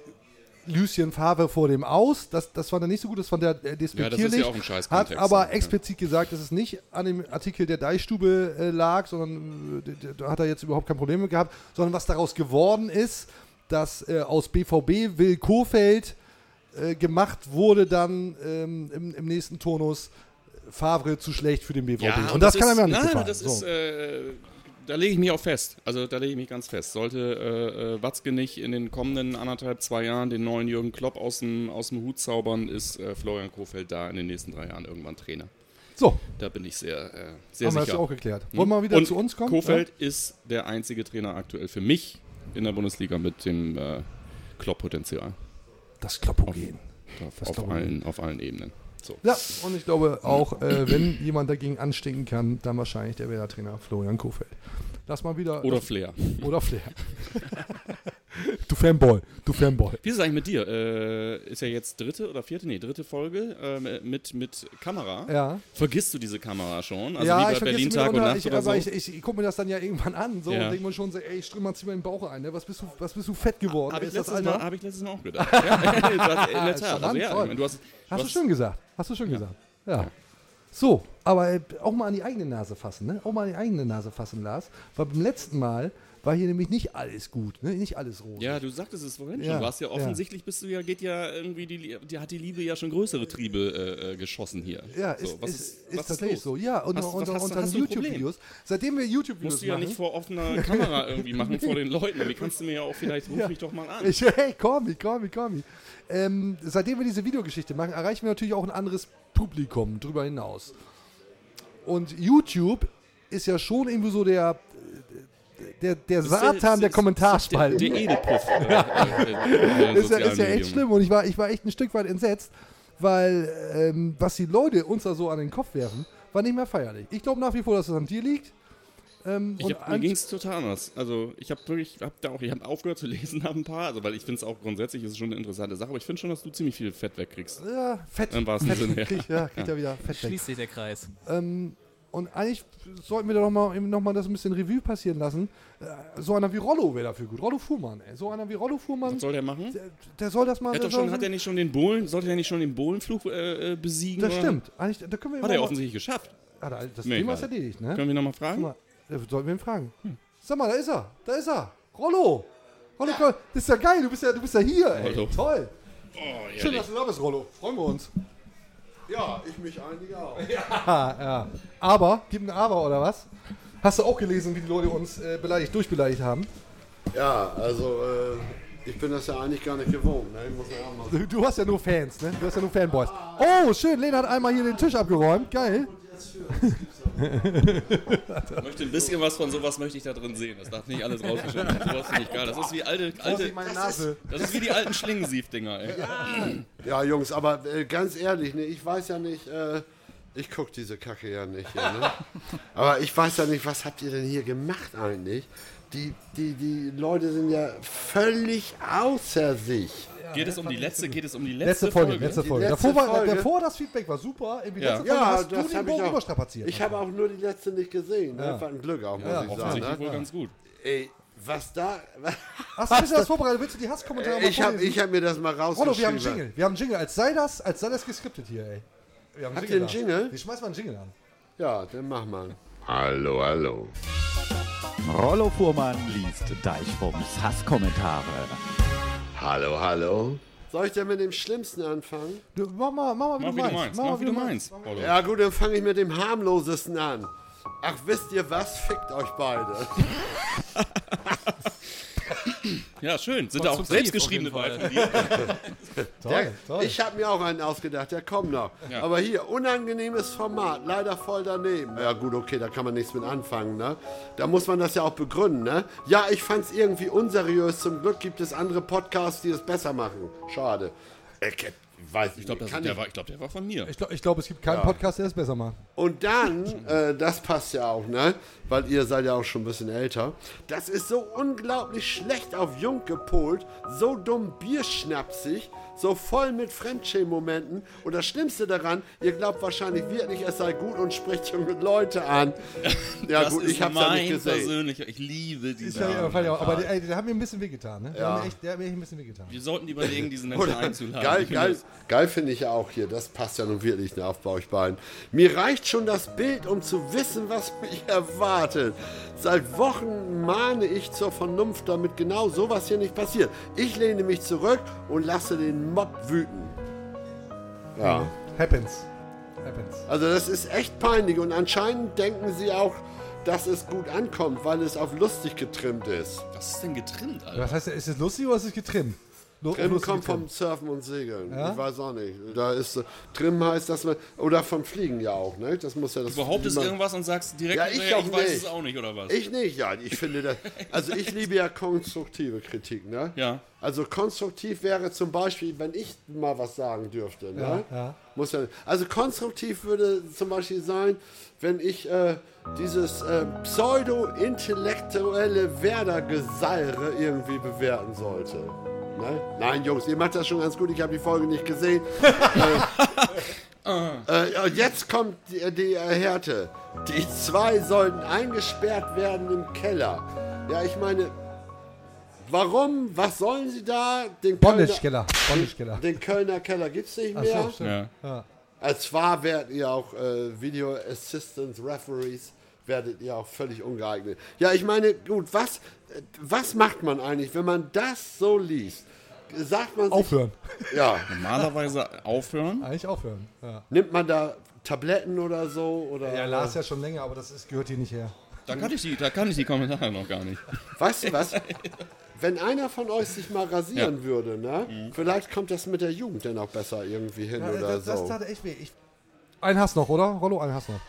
Speaker 3: Lucien Favre vor dem Aus. Das, das fand er nicht so gut, das fand er äh, despektierlich.
Speaker 4: auch ein scheiß
Speaker 3: Hat
Speaker 4: Kontext,
Speaker 3: aber
Speaker 4: ja.
Speaker 3: explizit gesagt, dass es nicht an dem Artikel der Deichstube äh, lag, sondern äh, d- d- da hat er jetzt überhaupt kein Problem mit gehabt, sondern was daraus geworden ist, dass äh, aus BVB Will Kofeld äh, gemacht wurde dann ähm, im, im nächsten Turnus Favre zu schlecht für den BVB. und, das,
Speaker 4: ist,
Speaker 3: kann einem ja nicht
Speaker 4: Nein,
Speaker 3: gefallen.
Speaker 4: das
Speaker 3: so.
Speaker 4: ist. Äh, da lege ich mich auch fest. Also da lege ich mich ganz fest. Sollte äh, äh, Watzke nicht in den kommenden anderthalb, zwei Jahren den neuen Jürgen Klopp aus dem, aus dem Hut zaubern, ist äh, Florian Kofeld da in den nächsten drei Jahren irgendwann Trainer.
Speaker 3: so,
Speaker 4: Da bin ich sehr, äh, sehr
Speaker 3: haben wir das ja
Speaker 4: sicher. Hm.
Speaker 3: auch geklärt. Wollen wir mal wieder
Speaker 4: Und
Speaker 3: zu uns kommen?
Speaker 4: Kofeld ist der einzige Trainer aktuell für mich in der Bundesliga mit dem äh, Klopp-Potenzial.
Speaker 3: Ja? Das
Speaker 4: Hm.
Speaker 3: Klappogen.
Speaker 4: Auf,
Speaker 3: Das
Speaker 4: auf,
Speaker 3: glaube ich.
Speaker 4: allen, auf allen Ebenen. So.
Speaker 3: Ja, und ich glaube auch, äh, wenn jemand dagegen anstinken kann, dann wahrscheinlich der Werder-Trainer Florian Kofeld. Lass mal wieder.
Speaker 4: Oder Flair.
Speaker 3: Oder Flair. du Fanboy, du Fanboy.
Speaker 4: Wie ist es eigentlich mit dir? Äh, ist ja jetzt dritte oder vierte, nee, dritte Folge äh, mit, mit Kamera.
Speaker 3: Ja,
Speaker 4: Vergisst du diese Kamera schon? Also
Speaker 3: ja
Speaker 4: wie bei Berlin
Speaker 3: mir
Speaker 4: Tag und
Speaker 3: unter-
Speaker 4: Nacht
Speaker 3: ich,
Speaker 4: oder so?
Speaker 3: aber ich, ich, ich gucke mir das dann ja irgendwann an so,
Speaker 4: Ja.
Speaker 3: und denke mir schon so, ey, Strömer, zieh mal den Bauch ein, ne? was, bist du, was bist du fett geworden?
Speaker 4: Habe ich,
Speaker 3: Ist das
Speaker 4: letztes Mal-
Speaker 3: Alter?
Speaker 4: hab ich letztes Mal auch gedacht. ja, in der Tat. Also,
Speaker 3: charmant,
Speaker 4: ja, ich
Speaker 3: toll.
Speaker 4: meine, du hast,
Speaker 3: Hast du
Speaker 4: was-
Speaker 3: schön gesagt, hast du schön gesagt. Ja. So, aber äh, auch mal an die eigene Nase fassen, ne? Auch mal an die eigene Nase fassen, Lars. Weil beim letzten Mal war hier nämlich nicht alles gut, ne? Nicht alles rot.
Speaker 4: ja, du sagtest es vorhin
Speaker 3: Ja,
Speaker 4: schon. Du hast ja
Speaker 3: ja.
Speaker 4: offensichtlich bist du ja, geht ja irgendwie, die, die hat die Liebe ja schon größere Triebe äh, äh, geschossen hier.
Speaker 3: Ja,
Speaker 4: So,
Speaker 3: ist,
Speaker 4: was
Speaker 3: ist, ist,
Speaker 4: was
Speaker 3: tatsächlich
Speaker 4: los?
Speaker 3: so. Ja, und
Speaker 4: Hast- was
Speaker 3: unter,
Speaker 4: hast du-
Speaker 3: unter
Speaker 4: hast du ein
Speaker 3: YouTube-Videos. Seitdem wir YouTube-Videos
Speaker 4: Musst du ja
Speaker 3: machen.
Speaker 4: nicht vor offener Kamera irgendwie machen, vor den Leuten. Wie kannst du mir ja auch vielleicht, ruf mich doch mal an.
Speaker 3: Ich, hey, Corby, Corby, Corby. Ähm, seitdem wir diese Videogeschichte machen, erreichen wir natürlich auch ein anderes Publikum drüber hinaus. Und YouTube ist ja schon irgendwie so der, der, der Satan der, Kommentarspalten.
Speaker 4: Der, der Edelpuff. äh, äh, äh,
Speaker 3: ist ja, ist
Speaker 4: sozialen
Speaker 3: ja echt
Speaker 4: Medien.
Speaker 3: schlimm und ich war, ich war echt ein Stück weit entsetzt, weil ähm, was die Leute uns da so an den Kopf werfen, war nicht mehr feierlich. Ich glaube nach wie vor, dass es an dir liegt. Ähm,
Speaker 4: Ich hab, mir
Speaker 3: an-
Speaker 4: ging es total anders. Also ich habe wirklich, hab da auch, ich habe aufgehört zu lesen, habe ein paar, also weil ich finde es auch grundsätzlich ist es schon eine interessante Sache, aber ich finde schon, dass du ziemlich viel Fett wegkriegt.
Speaker 3: ja, fett.
Speaker 4: Im wahrsten
Speaker 3: fett
Speaker 4: Sinne, ja.
Speaker 3: krieg, ja, kriegt er wieder fett weg.
Speaker 8: Schließt sich der Kreis.
Speaker 3: Ähm, und eigentlich sollten wir da nochmal noch mal das ein bisschen Revue passieren lassen. Äh, So einer wie Rollo wäre dafür gut. Rollo Fuhrmann, ey. So einer wie Rollo Fuhrmann,
Speaker 4: Was soll der machen?
Speaker 3: der, der soll das mal.
Speaker 4: Er hat,
Speaker 3: der
Speaker 4: doch schon,
Speaker 3: soll,
Speaker 4: hat er nicht schon den Bohlen, sollte er nicht schon den Bohlenfluch äh, äh, besiegen?
Speaker 3: das
Speaker 4: oder?
Speaker 3: stimmt. Eigentlich, da können wir
Speaker 4: Hat
Speaker 3: immer
Speaker 4: er ja
Speaker 3: mal-
Speaker 4: offensichtlich geschafft.
Speaker 3: Hat er- das
Speaker 4: Nee,
Speaker 3: Thema ist
Speaker 4: hat er.
Speaker 3: erledigt, ne?
Speaker 4: Können wir nochmal
Speaker 3: Guck
Speaker 4: fragen?
Speaker 3: mal, da sollten wir ihn fragen. Sag mal, da ist er. Da ist er. Rollo. Rollo, komm, das ist ja geil. Du bist ja, du bist ja hier. Ey.
Speaker 4: Rollo.
Speaker 3: Toll.
Speaker 4: Oh,
Speaker 3: Schön,
Speaker 4: ja,
Speaker 3: dass du da bist, Rollo. Freuen wir uns.
Speaker 1: Ja, ich mich einige auch.
Speaker 3: Ah, ja. Aber, gibt ein Aber oder was? Hast du auch gelesen, wie die Leute uns äh, beleidigt, durchbeleidigt haben?
Speaker 1: Ja, also äh, ich bin das ja eigentlich gar nicht gewohnt. Ne? Ich muss ja auch mal
Speaker 3: Du, du hast ja nur Fans, ne? Du hast ja nur Fanboys. Oh, schön. Lena hat einmal hier den Tisch abgeräumt. Geil.
Speaker 4: ich möchte ein bisschen was von sowas möchte ich da drin sehen. Das darf nicht alles rausgeschnitten werden. Sowas finde ich geil. Das ist wie alte, alte
Speaker 3: Vorsicht, meine Nase.
Speaker 4: das ist wie die alten Schlingensief-Dinger, ey.
Speaker 1: Ja, Jungs, aber äh, ganz ehrlich, ne, ich weiß ja nicht, äh, ich gucke diese Kacke ja nicht. Hier, ne? aber ich weiß ja nicht, was habt ihr denn hier gemacht eigentlich? Die, die, die Leute sind ja völlig außer sich.
Speaker 4: geht es um die letzte, geht es um die letzte,
Speaker 3: Letzte Folge, letzte Folge.
Speaker 1: letzte
Speaker 3: Davor, war,
Speaker 1: Folge.
Speaker 3: davor das Feedback war super. Irgendwie
Speaker 4: Ja.
Speaker 3: letzte Folge
Speaker 1: Ja,
Speaker 3: hast du
Speaker 1: das
Speaker 3: den
Speaker 1: hab ich
Speaker 3: Bogen
Speaker 1: auch.
Speaker 3: überstrapaziert.
Speaker 1: Ich habe auch nur die letzte nicht gesehen. Ne? War ein Glück auch, muss ich sagen.
Speaker 4: Offensichtlich
Speaker 1: Ne?
Speaker 4: wohl ganz gut.
Speaker 1: Ey, was da.
Speaker 3: Hast du ein bisschen das vorbereitet? Willst du die Hasskommentare mal
Speaker 1: ich habe
Speaker 3: vorlesen?
Speaker 1: ich hab mir das mal
Speaker 3: Rollo, wir haben einen
Speaker 1: rausgeschrieben.
Speaker 3: Jingle. Wir haben einen Jingle. Als sei das, als sei das geskriptet hier, ey. Wir haben
Speaker 1: Habt ihr einen
Speaker 3: da.
Speaker 1: Jingle?
Speaker 3: Wir schmeißen mal einen Jingle an.
Speaker 1: ja, dann mach mal. Hallo, hallo.
Speaker 2: Rollo Fuhrmann liest Deichbombs Hasskommentare.
Speaker 1: Hallo, hallo. Soll ich denn mit dem Schlimmsten anfangen?
Speaker 3: Du, mach mal, mach mal, wie
Speaker 4: Mach
Speaker 3: du
Speaker 4: wie du meinst.
Speaker 3: meinst. mal,
Speaker 4: Mach wie du meinst. Rollo.
Speaker 1: Ja gut, dann fange ich mit dem harmlosesten an. Ach, wisst ihr was? Fickt euch beide.
Speaker 4: Ja, schön. Sind da auch
Speaker 8: Konstruktiv
Speaker 4: selbstgeschriebene
Speaker 8: auf jeden
Speaker 4: bei von dir?
Speaker 1: Der, ich habe mir auch einen ausgedacht, der kommt noch.
Speaker 4: Ja.
Speaker 1: Aber hier, unangenehmes Format, leider voll daneben. Ja gut, okay, da kann man nichts mit anfangen, ne? Da muss man das ja auch begründen, ne? Ja, ich fand's irgendwie unseriös. Zum Glück gibt es andere Podcasts, die es besser machen. Schade. Äh, ke- weiß
Speaker 4: Ich glaube,
Speaker 1: nicht, kann ich-
Speaker 4: der, war- ich glaub, der war von mir.
Speaker 3: Ich glaube, glaub, es gibt keinen Podcast, der es besser macht.
Speaker 1: Und dann, äh, das passt ja auch, ne? Weil ihr seid ja auch schon ein bisschen älter. Das ist so unglaublich schlecht auf Jung gepolt, so dumm bierschnapsig, so voll mit Fremdschämen-Momenten. Und das Schlimmste daran, ihr glaubt wahrscheinlich wirklich, es sei gut und spricht junge Leute an. Ja
Speaker 4: das
Speaker 1: gut,
Speaker 4: ist
Speaker 1: ich hab's
Speaker 4: mein
Speaker 1: ja nicht gesehen.
Speaker 4: persönlicher. Ich liebe diese.
Speaker 3: Ist ja, ja, fand ich auch, aber der, ey, der hat mir ein bisschen wehgetan, ne? Der
Speaker 1: Ja.
Speaker 3: hat mir echt, der hat mir echt ein bisschen wehgetan.
Speaker 4: Wir sollten überlegen, diesen Menschen
Speaker 1: Oder?
Speaker 4: einzuladen.
Speaker 1: Geil,
Speaker 4: Ich finde
Speaker 1: geil,
Speaker 4: das-
Speaker 1: geil finde ich ja auch hier. Das passt ja nun wirklich ne, auf euch beiden. Mir reicht schon das Bild, um zu wissen, was mich erwartet. Seit Wochen mahne ich zur Vernunft, damit genau sowas hier nicht passiert. Ich lehne mich zurück und lasse den Mob wüten. Ja.
Speaker 3: Happens. Happens.
Speaker 1: Also das ist echt peinlich und anscheinend denken sie auch, dass es gut ankommt, weil es auf lustig getrimmt ist.
Speaker 4: Was ist denn getrimmt, Alter?
Speaker 3: Was heißt, ist es lustig oder ist es getrimmt? Lu-
Speaker 1: Trim
Speaker 3: lustig
Speaker 1: kommt vom
Speaker 3: getrimmt.
Speaker 1: Surfen und Segeln.
Speaker 3: Ja?
Speaker 1: Ich weiß auch nicht. Da ist äh, Trim heißt, dass man oder vom Fliegen ja auch, ne? Das muss ja das.
Speaker 4: Überhaupt ist
Speaker 1: man-
Speaker 4: irgendwas und sagst direkt,
Speaker 1: Ja, ich
Speaker 4: hinterher,
Speaker 1: auch
Speaker 4: weiß
Speaker 1: nicht.
Speaker 4: es auch nicht, oder was?
Speaker 1: Ich nicht, ja. Ich finde das. Also ich liebe ja konstruktive Kritik, ne?
Speaker 4: Ja.
Speaker 1: Also konstruktiv wäre zum Beispiel, wenn ich mal was sagen dürfte, ne?
Speaker 3: ja.
Speaker 1: Muss ja. Also konstruktiv würde zum Beispiel sein, wenn ich äh, dieses äh, pseudo-intellektuelle Werder-Gesalre irgendwie bewerten sollte. Ne? Nein, Jungs, ihr macht das schon ganz gut. Ich habe die Folge nicht gesehen. Äh, ja, jetzt kommt die, die äh, Härte. Die zwei sollten eingesperrt werden im Keller. Ja, ich meine, warum? Was sollen sie da? Den
Speaker 3: Bondage-Keller. Bondage-Keller.
Speaker 1: Keller. Den Kölner Keller gibt's nicht
Speaker 3: Ach
Speaker 1: mehr.
Speaker 3: so, stimmt.
Speaker 4: Ja.
Speaker 1: Als zwar werdet ihr auch äh, Video Assistant Referees werdet ihr auch völlig ungeeignet. Ja, ich meine, gut, was, äh, was macht man eigentlich, wenn man das so liest? Sagt man sich,
Speaker 3: Aufhören.
Speaker 1: ja,
Speaker 4: Normalerweise aufhören.
Speaker 3: Eigentlich aufhören. Ja.
Speaker 1: nimmt man da Tabletten oder so oder
Speaker 3: ja, Lars ja schon länger, aber das ist, gehört hier nicht her.
Speaker 4: Da kann, ich die, da kann ich die Kommentare noch gar nicht.
Speaker 1: Weißt du was? Wenn einer von euch sich mal rasieren würde, ne? Vielleicht kommt das mit der Jugend dann auch besser irgendwie hin oder
Speaker 3: Äh, das,
Speaker 1: so.
Speaker 3: tat echt weh. Ein Hass noch, oder? Rollo, ein Hass noch.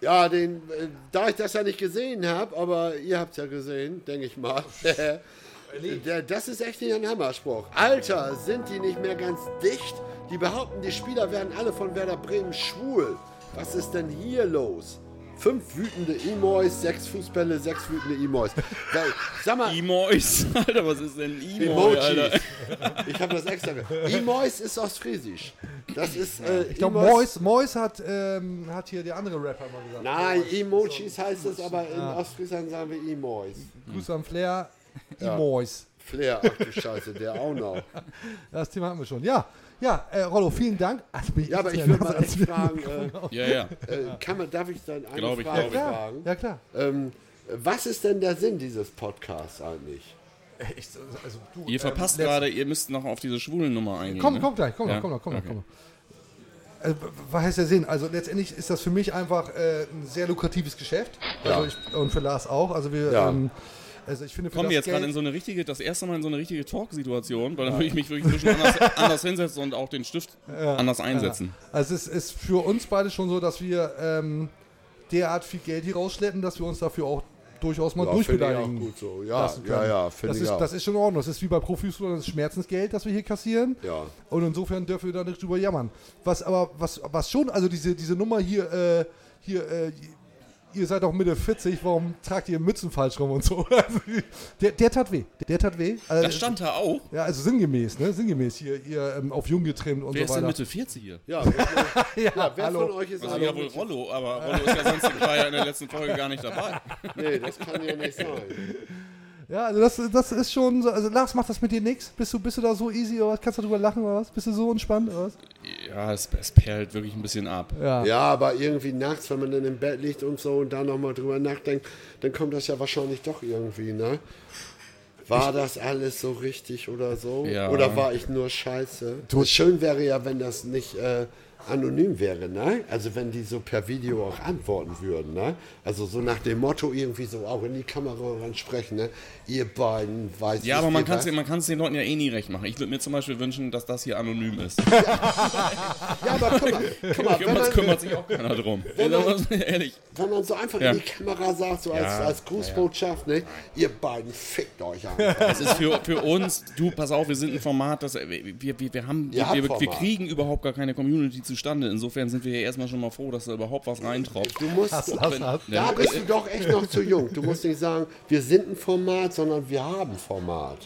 Speaker 1: ja, den, äh, da ich das ja nicht gesehen habe, aber ihr habt ja gesehen, denke ich mal.
Speaker 3: Äh,
Speaker 1: Der, das ist echt nicht ein Hammerspruch. Alter, sind die nicht mehr ganz dicht? Die behaupten, die Spieler werden alle von Werder Bremen schwul. Was ist denn hier los? Fünf wütende Emois, sechs Fußbälle, sechs wütende Emois. Weil, Sag mal,
Speaker 4: Emois, Alter, was ist denn ein Emoi, Alter?
Speaker 1: Emojis. Ich habe das extra. ge- Emois ist Ostfriesisch. Das ist. Äh,
Speaker 3: Ich glaube, Mois, Mois hat, ähm, hat hier der andere Rapper mal gesagt.
Speaker 1: Nein, Emojis heißt es, aber in Ostfriesland sagen wir Emois.
Speaker 3: Grüße an Flair. Mois.
Speaker 1: Flair, ach du Scheiße, der auch noch.
Speaker 3: Das Thema hatten wir schon. Ja, ja, äh, Rollo, vielen Dank. Also bin
Speaker 1: Ja, aber
Speaker 3: jetzt
Speaker 1: ich
Speaker 3: mehr
Speaker 1: will mal
Speaker 3: nass als
Speaker 1: echt
Speaker 3: wir-
Speaker 1: fragen,
Speaker 3: Genau.
Speaker 1: äh,
Speaker 4: Ja, ja.
Speaker 1: äh, kann man, darf ich dann eine
Speaker 4: Glaub ich,
Speaker 1: Frage
Speaker 4: glaub ich.
Speaker 3: Ja,
Speaker 1: fragen?
Speaker 3: ja, klar.
Speaker 1: Ähm, was ist denn der Sinn dieses Podcasts eigentlich? Äh,
Speaker 3: also, du,
Speaker 4: Ihr verpasst gerade, ihr müsst noch auf diese schwulen Nummer eingehen.
Speaker 3: Komm,
Speaker 4: ne?
Speaker 3: komm gleich, komm
Speaker 4: Ja?
Speaker 3: noch, komm noch, komm noch,
Speaker 4: Okay.
Speaker 3: komm noch. Äh, w- was heißt der Sinn? Also letztendlich ist das für mich einfach äh, ein sehr lukratives Geschäft. Also ich, und für Lars auch. Also wir,
Speaker 1: Ja.
Speaker 3: ähm, also ich finde, für
Speaker 4: Kommen
Speaker 3: das
Speaker 4: wir jetzt
Speaker 3: Geld,
Speaker 4: gerade in so eine richtige, das erste Mal in so eine richtige Talk-Situation, weil dann würde ich mich wirklich ein bisschen anders, anders hinsetzen und auch den Stift anders einsetzen.
Speaker 3: Also es ist für uns beide schon so, dass wir ähm, derart viel Geld hier rausschleppen, dass wir uns dafür auch durchaus mal
Speaker 1: Ja,
Speaker 3: durchbeleidigen.
Speaker 1: finde ich auch gut so. Ja,
Speaker 3: lassen
Speaker 1: ja,
Speaker 3: können.
Speaker 1: ja, finde
Speaker 3: Hm. das
Speaker 1: ich
Speaker 3: ist,
Speaker 1: auch.
Speaker 3: Das ist schon in Ordnung. Das ist wie bei Profifußball, das ist Schmerzensgeld, das wir hier kassieren.
Speaker 1: Ja.
Speaker 3: Und insofern dürfen wir da nicht drüber jammern. Was aber, was, was schon, also diese, diese Nummer hier, äh, hier, äh, ihr seid doch Mitte 40, warum tragt ihr Mützen falsch rum und so? Also, der, der tat weh. Der tat weh. Also,
Speaker 4: Das stand da auch.
Speaker 3: ja, also sinngemäß, ne? Sinngemäß hier, ihr ähm, auf jung getrimmt und
Speaker 4: Wer ist
Speaker 3: so
Speaker 4: denn
Speaker 3: weiter.
Speaker 4: Mitte 40 hier?
Speaker 1: Ja, wer,
Speaker 3: ja,
Speaker 1: wer
Speaker 3: hallo.
Speaker 1: von euch ist
Speaker 4: Also ja wohl Rollo, aber Rollo ist ja sonst war ja in der letzten Folge gar nicht dabei.
Speaker 1: Nee, das kann ja nicht sein.
Speaker 3: Ja, also das, das ist schon so. Also Lars, macht das mit dir nix? Bist du, bist du da so easy oder was? Kannst du darüber lachen oder was? Bist du so entspannt oder was?
Speaker 4: Ja, ja, es, es perlt wirklich ein bisschen ab.
Speaker 1: Ja. aber irgendwie nachts, wenn man dann im Bett liegt und so und da nochmal drüber nachdenkt, dann kommt das ja wahrscheinlich doch irgendwie, ne? War das alles so richtig oder so?
Speaker 4: Ja.
Speaker 1: Oder war ich nur scheiße? Schön wäre ja, wenn das nicht äh, anonym wäre, ne? Also wenn die so per Video auch antworten würden, ne? Also so nach dem Motto irgendwie so auch in die Kamera ran sprechen, ne? Ihr beiden, weiß
Speaker 4: Ja,
Speaker 1: ich,
Speaker 4: aber man
Speaker 1: ihr
Speaker 4: kann es
Speaker 1: weiß-
Speaker 4: den, man kann's den Leuten ja eh nie recht machen. Ich würde mir zum Beispiel wünschen, dass das hier anonym ist.
Speaker 1: Ja, aber guck mal, guck mal wenn,
Speaker 4: Kümmert,
Speaker 1: man,
Speaker 4: kümmert sich auch keiner drum.
Speaker 1: Wenn man-
Speaker 4: Also, Ehrlich.
Speaker 1: wenn man so einfach
Speaker 4: Ja.
Speaker 1: in die Kamera sagt, so als,
Speaker 4: Ja,
Speaker 1: als Grußbotschaft, ne? Ihr beiden fickt euch einfach. Also
Speaker 4: Es ist für, für uns, du, pass auf, wir sind ein Format, das, wir, wir, wir, haben,
Speaker 1: Ihr
Speaker 4: wir,
Speaker 1: habt
Speaker 4: wir, wir
Speaker 1: Format.
Speaker 4: kriegen überhaupt gar keine Community zustande. Insofern sind wir ja erstmal schon mal froh, dass da überhaupt was reintraut.
Speaker 1: Du musst,
Speaker 4: ne?
Speaker 1: da bist du doch echt noch zu jung. Du musst nicht sagen, wir sind ein Format, sondern wir haben Format.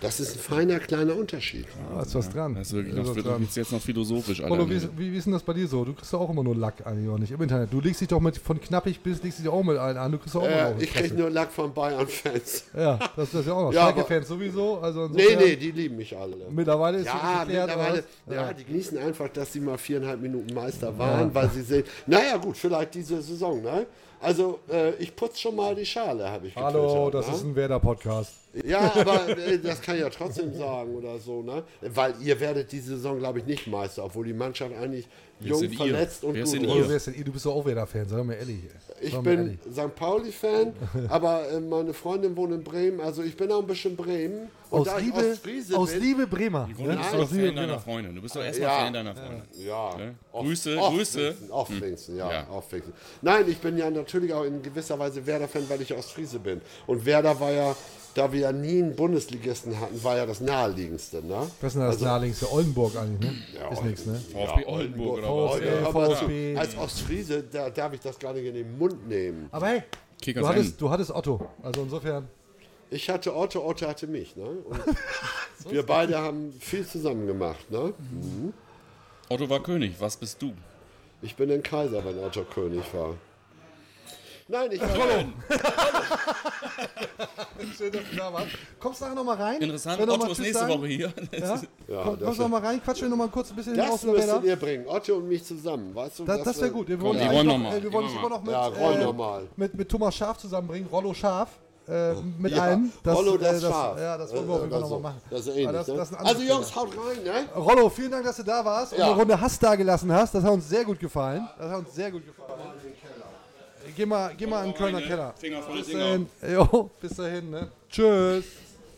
Speaker 1: Das ist ein feiner kleiner Unterschied.
Speaker 3: Da Ah, ist was dran.
Speaker 4: Das ist wirklich
Speaker 3: Da
Speaker 4: noch,
Speaker 3: ist was
Speaker 4: wird
Speaker 3: dran.
Speaker 4: uns jetzt noch philosophisch,
Speaker 3: Polo,
Speaker 4: Alter.
Speaker 3: wie, ist- wie, wie ist denn das bei dir so? Du kriegst doch auch immer nur Lack eigentlich auch nicht im Internet. Du legst dich doch mit von knappig bis legst dich auch mit allen an. Du kriegst doch auch immer
Speaker 1: Äh,
Speaker 3: noch
Speaker 1: ich krieg nur Lack von Bayern-Fans.
Speaker 3: Ja, das, das ist ja auch noch.
Speaker 1: Ja, aber-
Speaker 3: Schalke-Fans sowieso. Also
Speaker 1: Nee,
Speaker 3: insofern,
Speaker 1: nee, die lieben mich alle.
Speaker 3: Mittlerweile ist
Speaker 1: ja,
Speaker 3: schon geklärt,
Speaker 1: mittlerweile,
Speaker 3: oder was?
Speaker 1: ja, die genießen einfach, dass sie mal viereinhalb Minuten Meister waren, weil sie sehen, naja gut, vielleicht diese Saison, ne? Also, äh, ich putz schon mal die Schale, habe ich
Speaker 3: Hallo,
Speaker 1: getwittert,
Speaker 3: das
Speaker 1: ne?
Speaker 3: ist ein Werder-Podcast.
Speaker 1: Ja, aber äh, das kann ich ja trotzdem sagen oder so, ne? Weil ihr werdet diese Saison, glaube ich, nicht Meister, obwohl die Mannschaft eigentlich jung,
Speaker 4: sind ihr?
Speaker 1: verletzt und
Speaker 4: Wer
Speaker 1: gut
Speaker 4: sind
Speaker 1: ist.
Speaker 4: ihr?
Speaker 3: Polo, wer ist denn ihr? Du bist doch auch Werder-Fan, sag mal ehrlich.
Speaker 1: Ich
Speaker 3: Sag mal
Speaker 1: bin St. Pauli-Fan, aber äh, meine Freundin wohnt in Bremen, also ich bin auch ein bisschen Bremen. Und
Speaker 3: Aus
Speaker 1: da ich
Speaker 3: Liebe,
Speaker 1: Ostfriese
Speaker 3: aus
Speaker 1: bin-
Speaker 3: Liebe Bremer.
Speaker 4: Du bist
Speaker 1: Nein,
Speaker 4: doch Fan deiner Freundin. Du bist doch erstmal
Speaker 1: Ja.
Speaker 4: Fan deiner Freundin.
Speaker 1: Ja.
Speaker 4: Ne?
Speaker 1: Auf-
Speaker 4: Grüße,
Speaker 1: auf
Speaker 4: Grüße.
Speaker 1: Pfingsten, Auf Pfingsten, ja,
Speaker 4: Ja.
Speaker 1: auf Pfingsten. Nein, ich bin ja natürlich auch in gewisser Weise Werder-Fan, weil ich Ostfriese bin. Und Werder war ja, da wir ja nie einen Bundesligisten hatten, war ja das naheliegendste, ne?
Speaker 3: Was ist denn das naheliegendste? Oldenburg eigentlich, ne?
Speaker 1: Ja,
Speaker 3: ist nichts, ne?
Speaker 4: VfB Oldenburg oder was?
Speaker 3: VfB,
Speaker 1: Ja, aber
Speaker 3: VfB.
Speaker 1: Als Ostfriese, da darf ich das gar nicht in den Mund nehmen.
Speaker 3: Aber hey,
Speaker 4: Kickers
Speaker 3: du
Speaker 4: N.
Speaker 3: hattest, du hattest Otto. Also insofern,
Speaker 1: Ich hatte Otto, Otto hatte mich, ne? Und wir beide haben viel zusammen gemacht, ne?
Speaker 4: Otto war König, was bist du?
Speaker 1: Ich bin ein Kaiser, wenn Otto König war. Nein,
Speaker 3: Äh,
Speaker 1: ich war...
Speaker 3: schön, dass du da warst. Kommst nachher nochmal rein?
Speaker 4: Interessant,
Speaker 3: Wenn du noch
Speaker 4: Otto
Speaker 3: mal
Speaker 4: ist
Speaker 3: Tschüss
Speaker 4: nächste
Speaker 3: sagen.
Speaker 4: Woche hier.
Speaker 3: Ja? Komm,
Speaker 1: das
Speaker 3: kommst
Speaker 1: wär-
Speaker 3: nochmal rein, quatschen wir nochmal kurz ein bisschen
Speaker 1: Das
Speaker 3: aus über Werder.
Speaker 1: müsstet ihr bringen, Otto und mich zusammen, weißt du?
Speaker 3: Das, das wäre gut. Wir wollen,
Speaker 4: die
Speaker 3: dich
Speaker 4: wollen
Speaker 3: eigentlich
Speaker 4: noch mal.
Speaker 3: äh, wir
Speaker 4: Die
Speaker 3: wollen dich
Speaker 4: wollen
Speaker 3: immer noch mit,
Speaker 1: Ja, rollen
Speaker 3: äh,
Speaker 1: noch mal.
Speaker 3: mit, mit Thomas Schaf zusammenbringen, Rollo Schaf. Äh, mit
Speaker 1: Ja,
Speaker 3: allen.
Speaker 1: Rollo, das Schaf.
Speaker 3: Ja, äh, das wollen wir auf jeden Fall
Speaker 1: Also,
Speaker 3: nochmal machen.
Speaker 1: Das ist
Speaker 3: Aber
Speaker 1: ähnlich,
Speaker 3: das-
Speaker 1: ne?
Speaker 3: das ist ein
Speaker 1: Also
Speaker 3: anderes
Speaker 1: Jungs, haut rein, ne?
Speaker 3: Thema. Rollo, vielen Dank, dass du da warst und
Speaker 1: Ja.
Speaker 3: eine Runde Hass da gelassen hast. Das hat uns sehr gut gefallen. Das hat uns sehr gut gefallen. Geh mal, geh mal in den Kölner Keller.
Speaker 4: Finger voll
Speaker 3: Bis
Speaker 4: Dinger.
Speaker 3: dahin. Jo, bis dahin, ne? Tschüss.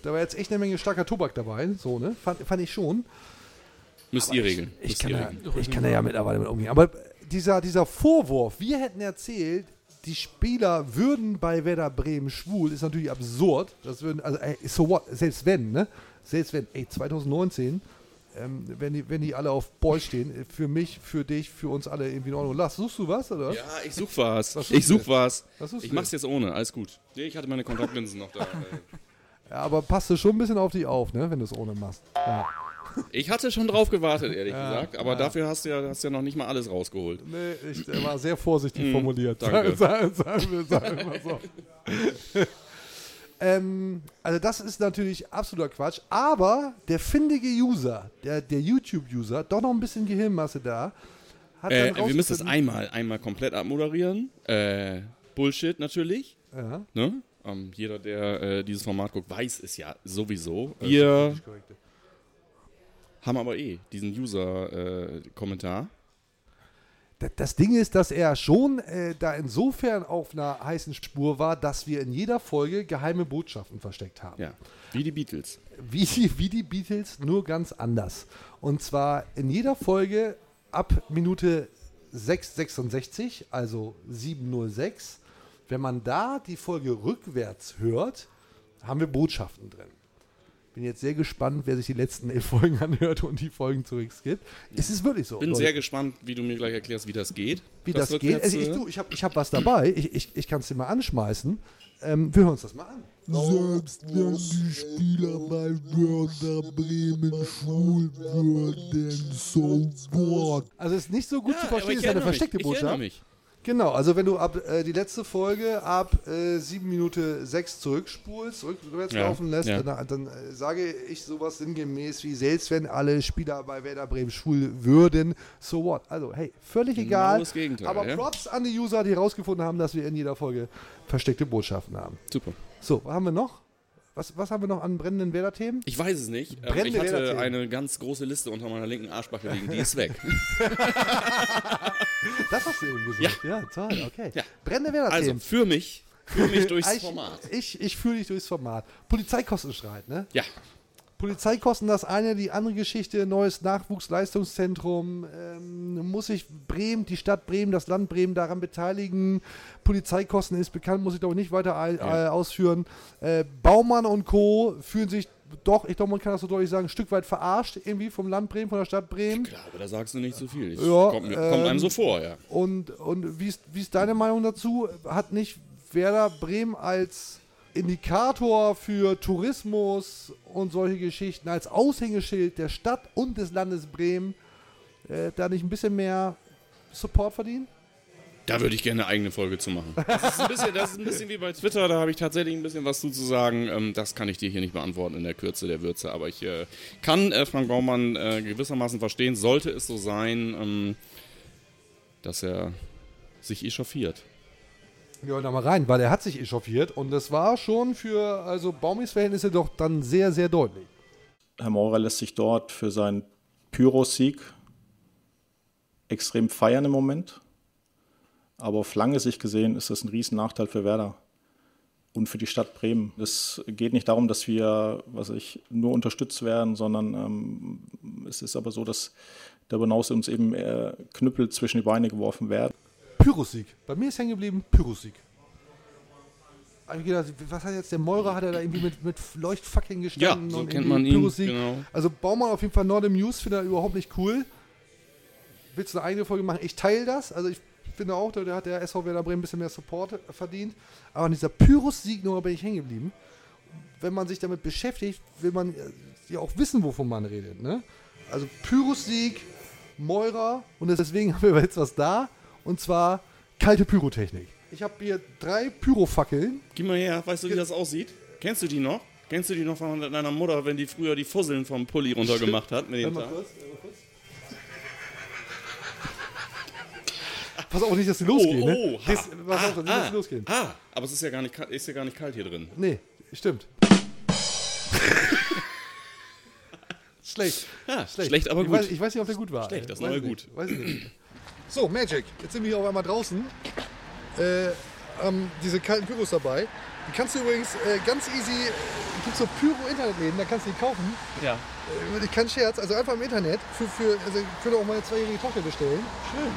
Speaker 3: Da war jetzt echt eine Menge starker Tobak dabei, so, ne? Fand, fand ich schon.
Speaker 4: Müsst ihr regeln.
Speaker 3: Ich
Speaker 4: Müsst
Speaker 3: kann,
Speaker 4: ihr
Speaker 3: da,
Speaker 4: regeln.
Speaker 3: ich kann da ja mittlerweile mit umgehen. Aber dieser, dieser Vorwurf, wir hätten erzählt, die Spieler würden bei Werder Bremen schwul, ist natürlich absurd. Das würden, also, ey, so what? Selbst wenn, ne? Selbst wenn, ey, 2019, ähm, wenn, die, wenn die alle auf Boy stehen, äh, für mich, für dich, für uns alle irgendwie in Ordnung. Lars, suchst du was, oder?
Speaker 4: Ja, ich such was.
Speaker 3: Was suchst
Speaker 4: ich such
Speaker 3: du?
Speaker 4: was.
Speaker 3: Was suchst
Speaker 4: ich
Speaker 3: du?
Speaker 4: mach's jetzt ohne, alles gut. Nee, ich hatte meine Kontaktlinsen noch da. äh.
Speaker 3: Ja, aber passt du schon ein bisschen auf dich auf, ne? Wenn du es ohne machst. Ja.
Speaker 4: Ich hatte schon drauf gewartet, ehrlich gesagt. Aber dafür hast du ja, hast ja noch nicht mal alles rausgeholt.
Speaker 3: Nee, ich äh, war sehr vorsichtig formuliert.
Speaker 4: Mm, danke.
Speaker 3: Sagen, sagen, sagen wir, sagen wir mal so. ähm, also das ist natürlich absoluter Quatsch, aber der findige User, der, der YouTube-User, doch noch ein bisschen Gehirnmasse da, hat
Speaker 4: Äh,
Speaker 3: dann
Speaker 4: wir müssen das
Speaker 3: rausgefunden-
Speaker 4: einmal, einmal komplett abmoderieren. Äh, Bullshit natürlich. Ne? Ähm, jeder, der äh, dieses Format guckt, weiß es ja sowieso. Wir haben aber eh diesen User-Kommentar.
Speaker 3: Da- Das Ding ist, dass er schon äh, da insofern auf einer heißen Spur war, dass wir in jeder Folge geheime Botschaften versteckt haben.
Speaker 4: ja, wie die Beatles.
Speaker 3: wie die, wie die Beatles, nur ganz anders. Und zwar in jeder Folge ab Minute 666, also 706. Wenn man da die Folge rückwärts hört, haben wir Botschaften drin. Bin jetzt sehr gespannt, wer sich die letzten elf Folgen anhört und die Folgen zurückskippt. Es ist wirklich so.
Speaker 4: Bin
Speaker 3: Leute
Speaker 4: sehr gespannt, wie du mir gleich erklärst, wie das geht.
Speaker 3: wie das,
Speaker 4: wird
Speaker 3: geht.
Speaker 4: jetzt,
Speaker 3: Also ich
Speaker 4: äh,
Speaker 3: du, ich habe ich hab was dabei. Ich, ich, ich kann es dir mal anschmeißen. Ähm, wir hören uns das mal an. Selbst wenn die Spieler bei Werder Bremen schwul würden, so what? Also es ist nicht so gut zu
Speaker 4: aber
Speaker 3: verstehen,
Speaker 4: ich
Speaker 3: Also, es ist eine
Speaker 4: erinnere mich,
Speaker 3: versteckte
Speaker 4: ich erinnere
Speaker 3: Botschaft.
Speaker 4: mich.
Speaker 3: Genau, also wenn du ab äh, die letzte Folge ab äh, 7 Minute 6 zurückspulst, rückwärts
Speaker 4: Ja,
Speaker 3: laufen lässt,
Speaker 4: ja.
Speaker 3: dann, dann äh, sage ich sowas sinngemäß wie, selbst wenn alle Spieler bei Werder Bremen schwul würden, so what? Also hey, völlig
Speaker 4: Genau
Speaker 3: egal.
Speaker 4: das Gegenteil,
Speaker 3: aber
Speaker 4: ja.
Speaker 3: Props an die User, die herausgefunden haben, dass wir in jeder Folge versteckte Botschaften haben.
Speaker 4: Super.
Speaker 3: So, was haben wir noch? Was, was haben wir noch an brennenden Werder-Themen?
Speaker 4: Ich weiß es nicht. Ähm,
Speaker 3: Brennende
Speaker 4: ich hatte
Speaker 3: Werder-Themen.
Speaker 4: eine ganz große Liste unter meiner linken Arschbacke liegen. Die ist weg.
Speaker 3: Das hast du eben gesagt. Ja, toll, okay. Brennende
Speaker 4: Also
Speaker 3: Werder-Themen.
Speaker 4: für mich, für mich durchs
Speaker 3: ich,
Speaker 4: Format.
Speaker 3: Ich, ich fühle dich durchs Format. Polizeikostenstreit, ne?
Speaker 4: Ja,
Speaker 3: Polizeikosten, das eine, die andere Geschichte, neues Nachwuchsleistungszentrum, ähm, muss sich Bremen, die Stadt Bremen, das Land Bremen daran beteiligen. Polizeikosten ist bekannt, muss ich glaube ich nicht weiter ei- äh, ausführen. Äh, Baumann und Co. fühlen sich doch, ich glaube, man kann das so deutlich sagen, ein Stück weit verarscht irgendwie vom Land Bremen, von der Stadt Bremen.
Speaker 4: klar, aber da sagst du nicht so viel. Ich,
Speaker 3: Ja,
Speaker 4: kommt, mir-
Speaker 3: ähm,
Speaker 4: kommt einem so vor, ja.
Speaker 3: Und, und wie, ist, wie ist deine Meinung dazu? Hat nicht Werder Bremen als Indikator für Tourismus und solche Geschichten, als Aushängeschild der Stadt und des Landes Bremen, äh, da nicht ein bisschen mehr Support verdient?
Speaker 4: Da würde ich gerne eine eigene Folge zu machen. Das ist ein bisschen, das ist ein bisschen wie bei Twitter, da habe ich tatsächlich ein bisschen was zu, zu sagen. Ähm, das kann ich dir hier nicht beantworten in der Kürze der Würze, aber ich äh, kann äh, Frank Baumann äh, gewissermaßen verstehen, sollte es so sein, ähm, dass er sich echauffiert.
Speaker 3: Ja, da mal rein, weil er hat sich echauffiert und das war schon für also Baumis Verhältnisse doch dann sehr, sehr deutlich.
Speaker 11: Herr Maurer lässt sich dort für seinen Pyrosieg extrem feiern im Moment. Aber auf lange Sicht gesehen ist das ein Riesennachteil für Werder und für die Stadt Bremen. Es geht nicht darum, dass wir, was weiß ich, nur unterstützt werden, sondern ähm, es ist aber so, dass darüber hinaus uns eben äh, Knüppel zwischen die Beine geworfen werden.
Speaker 3: Pyrosieg. Bei mir ist hängen geblieben Pyrosieg. Hab ich gedacht, was hat jetzt der Meurer? Hat er da irgendwie mit, mit Leuchtfackeln gestanden?
Speaker 4: Ja, so
Speaker 3: und
Speaker 4: kennt
Speaker 3: irgendwie
Speaker 4: man ihn,
Speaker 3: Pyrosieg?
Speaker 4: genau.
Speaker 3: Also Baumann auf jeden Fall not amused, finde er überhaupt nicht cool. Willst du eine eigene Folge machen? Ich teile das. Also ich finde auch, da hat der SV Werder Bremen ein bisschen mehr Support verdient. Aber an dieser Pyrosieg nur bin ich hängen geblieben. Wenn man sich damit beschäftigt, will man äh, ja auch wissen, wovon man redet. Ne? Also Pyrosieg, Meurer und deswegen haben wir jetzt was da. Und zwar kalte Pyrotechnik. Ich habe hier drei Pyrofackeln.
Speaker 4: Gib mal her, weißt du, wie das aussieht? Kennst du die noch? Kennst du die noch von deiner Mutter, wenn die früher die Fusseln vom Pulli runtergemacht hat? Mit dem
Speaker 3: Warte
Speaker 4: Tag?
Speaker 3: mal kurz, warte mal kurz. Pass auf nicht, dass sie losgehen, ne?
Speaker 4: Oh, oh, ha,
Speaker 3: Dies, pass auf, nicht, dass sie losgehen.
Speaker 4: ah, aber es ist ja, gar nicht, ka- ist ja gar nicht kalt hier drin.
Speaker 3: Nee, stimmt. Schlecht.
Speaker 4: Ja, Ah, schlecht, aber
Speaker 3: ich
Speaker 4: gut.
Speaker 3: Weiß, ich weiß nicht, ob der gut war.
Speaker 4: Schlecht, das
Speaker 3: Weiß
Speaker 4: neue
Speaker 3: nicht,
Speaker 4: Gut.
Speaker 3: Weiß ich nicht. So, Magic. Jetzt sind wir hier auf einmal draußen. Äh, haben diese kalten Pyros dabei. Die kannst du übrigens äh, ganz easy. Es gibt so Pyro-Internetläden, da kannst du die kaufen.
Speaker 8: Ja.
Speaker 3: Äh, Ich kann Scherz, also einfach im Internet. Für, für, also ich könnte auch meine zweijährige Tochter bestellen.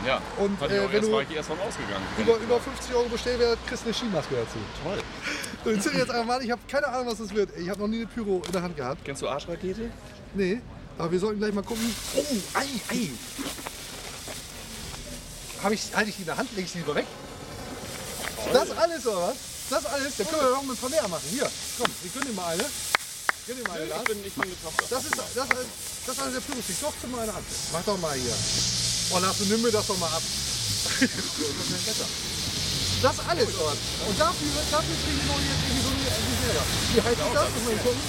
Speaker 4: Ja,
Speaker 3: Und,
Speaker 4: Hatte ich
Speaker 3: äh,
Speaker 4: auch,
Speaker 3: wenn
Speaker 4: erst
Speaker 3: du-
Speaker 4: war ich erst von ausgegangen.
Speaker 3: Über, über 50 Euro bestellwert kriegst du eine Skimaske dazu.
Speaker 4: Toll.
Speaker 3: So, jetzt zünd jetzt einfach mal an. Ich habe keine Ahnung, was das wird. Ich habe noch nie eine Pyro in der Hand gehabt.
Speaker 4: Kennst du Arschrakete?
Speaker 3: Nee, aber wir sollten gleich mal gucken. Oh, ei, ei. Hab ich, halte ich die in der Hand, lege ich die lieber weg. Das alles, oder was? Das alles, da können wir noch ein paar mehr machen. Hier, komm, wir gönnen dir mal eine. Gönn dir mal eine. Lars. Das ist, das ist, das ist alles der Pyrostik. Doch, zu meiner Hand. Mach doch mal hier. Oh, Lars, du nimm mir das doch mal ab. Das alles, oder was? Und dafür, dafür kriegen wir jetzt irgendwie so eine, irgendwie selber. Wie heißt das? Muss man gucken.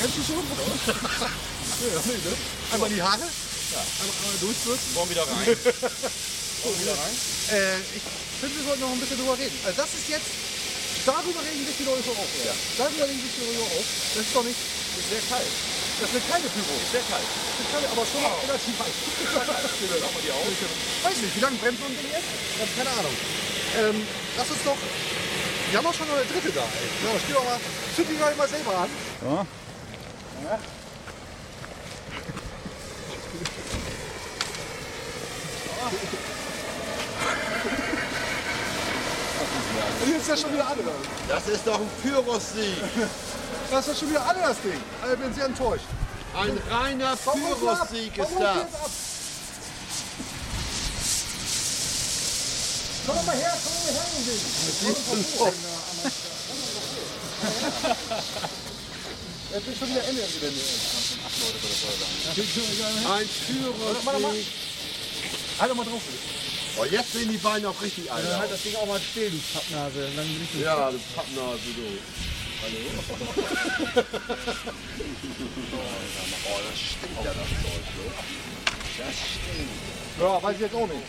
Speaker 3: Kennst du schon? ja, nee, ne? Einmal die Haare. Einmal, einmal durchwürzen. Morgen wieder rein. wieder rein. Äh, ich finde, wir sollten noch ein bisschen drüber reden. Also das ist jetzt... Darüber regen sich die Leute so auf. Ja. Darüber regen sich die Leute auf. Das ist doch nicht... Das ist sehr kalt. Das wird keine Pyro. Sehr kalt. Das ist keine, aber schon auch relativ heiß. Weiß nicht, wie lange brennt so ein Ding jetzt? Ich hab keine Ahnung. Ähm, das ist doch... Wir haben auch schon noch eine dritte da. Ey. Ja, spiel doch mal... Zünd die doch mal selber an. Und jetzt ist ja schon wieder alle.
Speaker 12: Das ist doch ein Pyrosieg.
Speaker 3: Das ist ja schon wieder alle das Ding. Also ich bin sehr enttäuscht.
Speaker 12: Ein reiner
Speaker 3: Warum holst du ab?
Speaker 12: Pyrosieg ist
Speaker 3: Warum holst du
Speaker 12: das.
Speaker 3: jetzt ab? Komm doch mal her, komm doch mal her, du Ding. Jetzt ist schon wieder Ende. Jetzt wieder Ende.
Speaker 12: Ein Pyrosieg.
Speaker 1: Halt doch mal drauf. Oh, jetzt sehen die Beine auch richtig
Speaker 13: Ja,
Speaker 1: alt
Speaker 13: dann
Speaker 1: aus.
Speaker 13: halt das Ding auch mal still, du Pappnase. Dann bin ich
Speaker 1: Ja, du Pappnase, du.
Speaker 13: Hallo?
Speaker 1: Oh, das stinkt ja das Zeug, Das stinkt.
Speaker 13: ja, weiß ich jetzt auch nicht.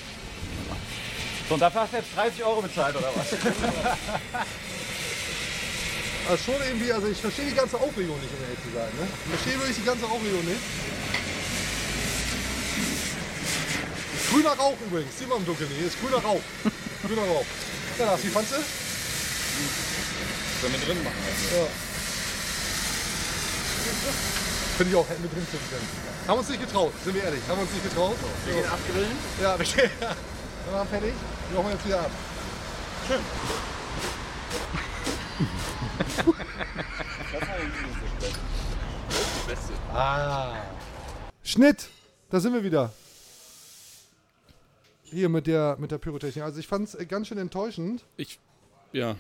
Speaker 13: So, und dafür hast du jetzt 30 Euro bezahlt, oder was?
Speaker 3: Also schon irgendwie, also ich verstehe die ganze Aufregung nicht, um ehrlich zu sein. Ne? Ich verstehe wirklich die ganze Aufregung nicht. Grüner Rauch übrigens, sieht man im Dunkeln. Hier ist grüner Rauch. grüner Rauch. Genau. Ja, das, wie fandst du?
Speaker 4: Können wir drin machen.
Speaker 3: Ja. Finde ich auch, hätten wir drin finden können. Haben uns nicht getraut, sind wir ehrlich. Haben uns nicht getraut. Wir gehen abgrillen. Ja, wir gehen. Wir machen fertig. Wir machen jetzt wieder ab. Schön.
Speaker 1: Ah.
Speaker 3: Schnitt, da sind wir wieder. Hier mit der, mit der Pyrotechnik. Also ich fand es ganz schön enttäuschend.
Speaker 4: Ich, ja.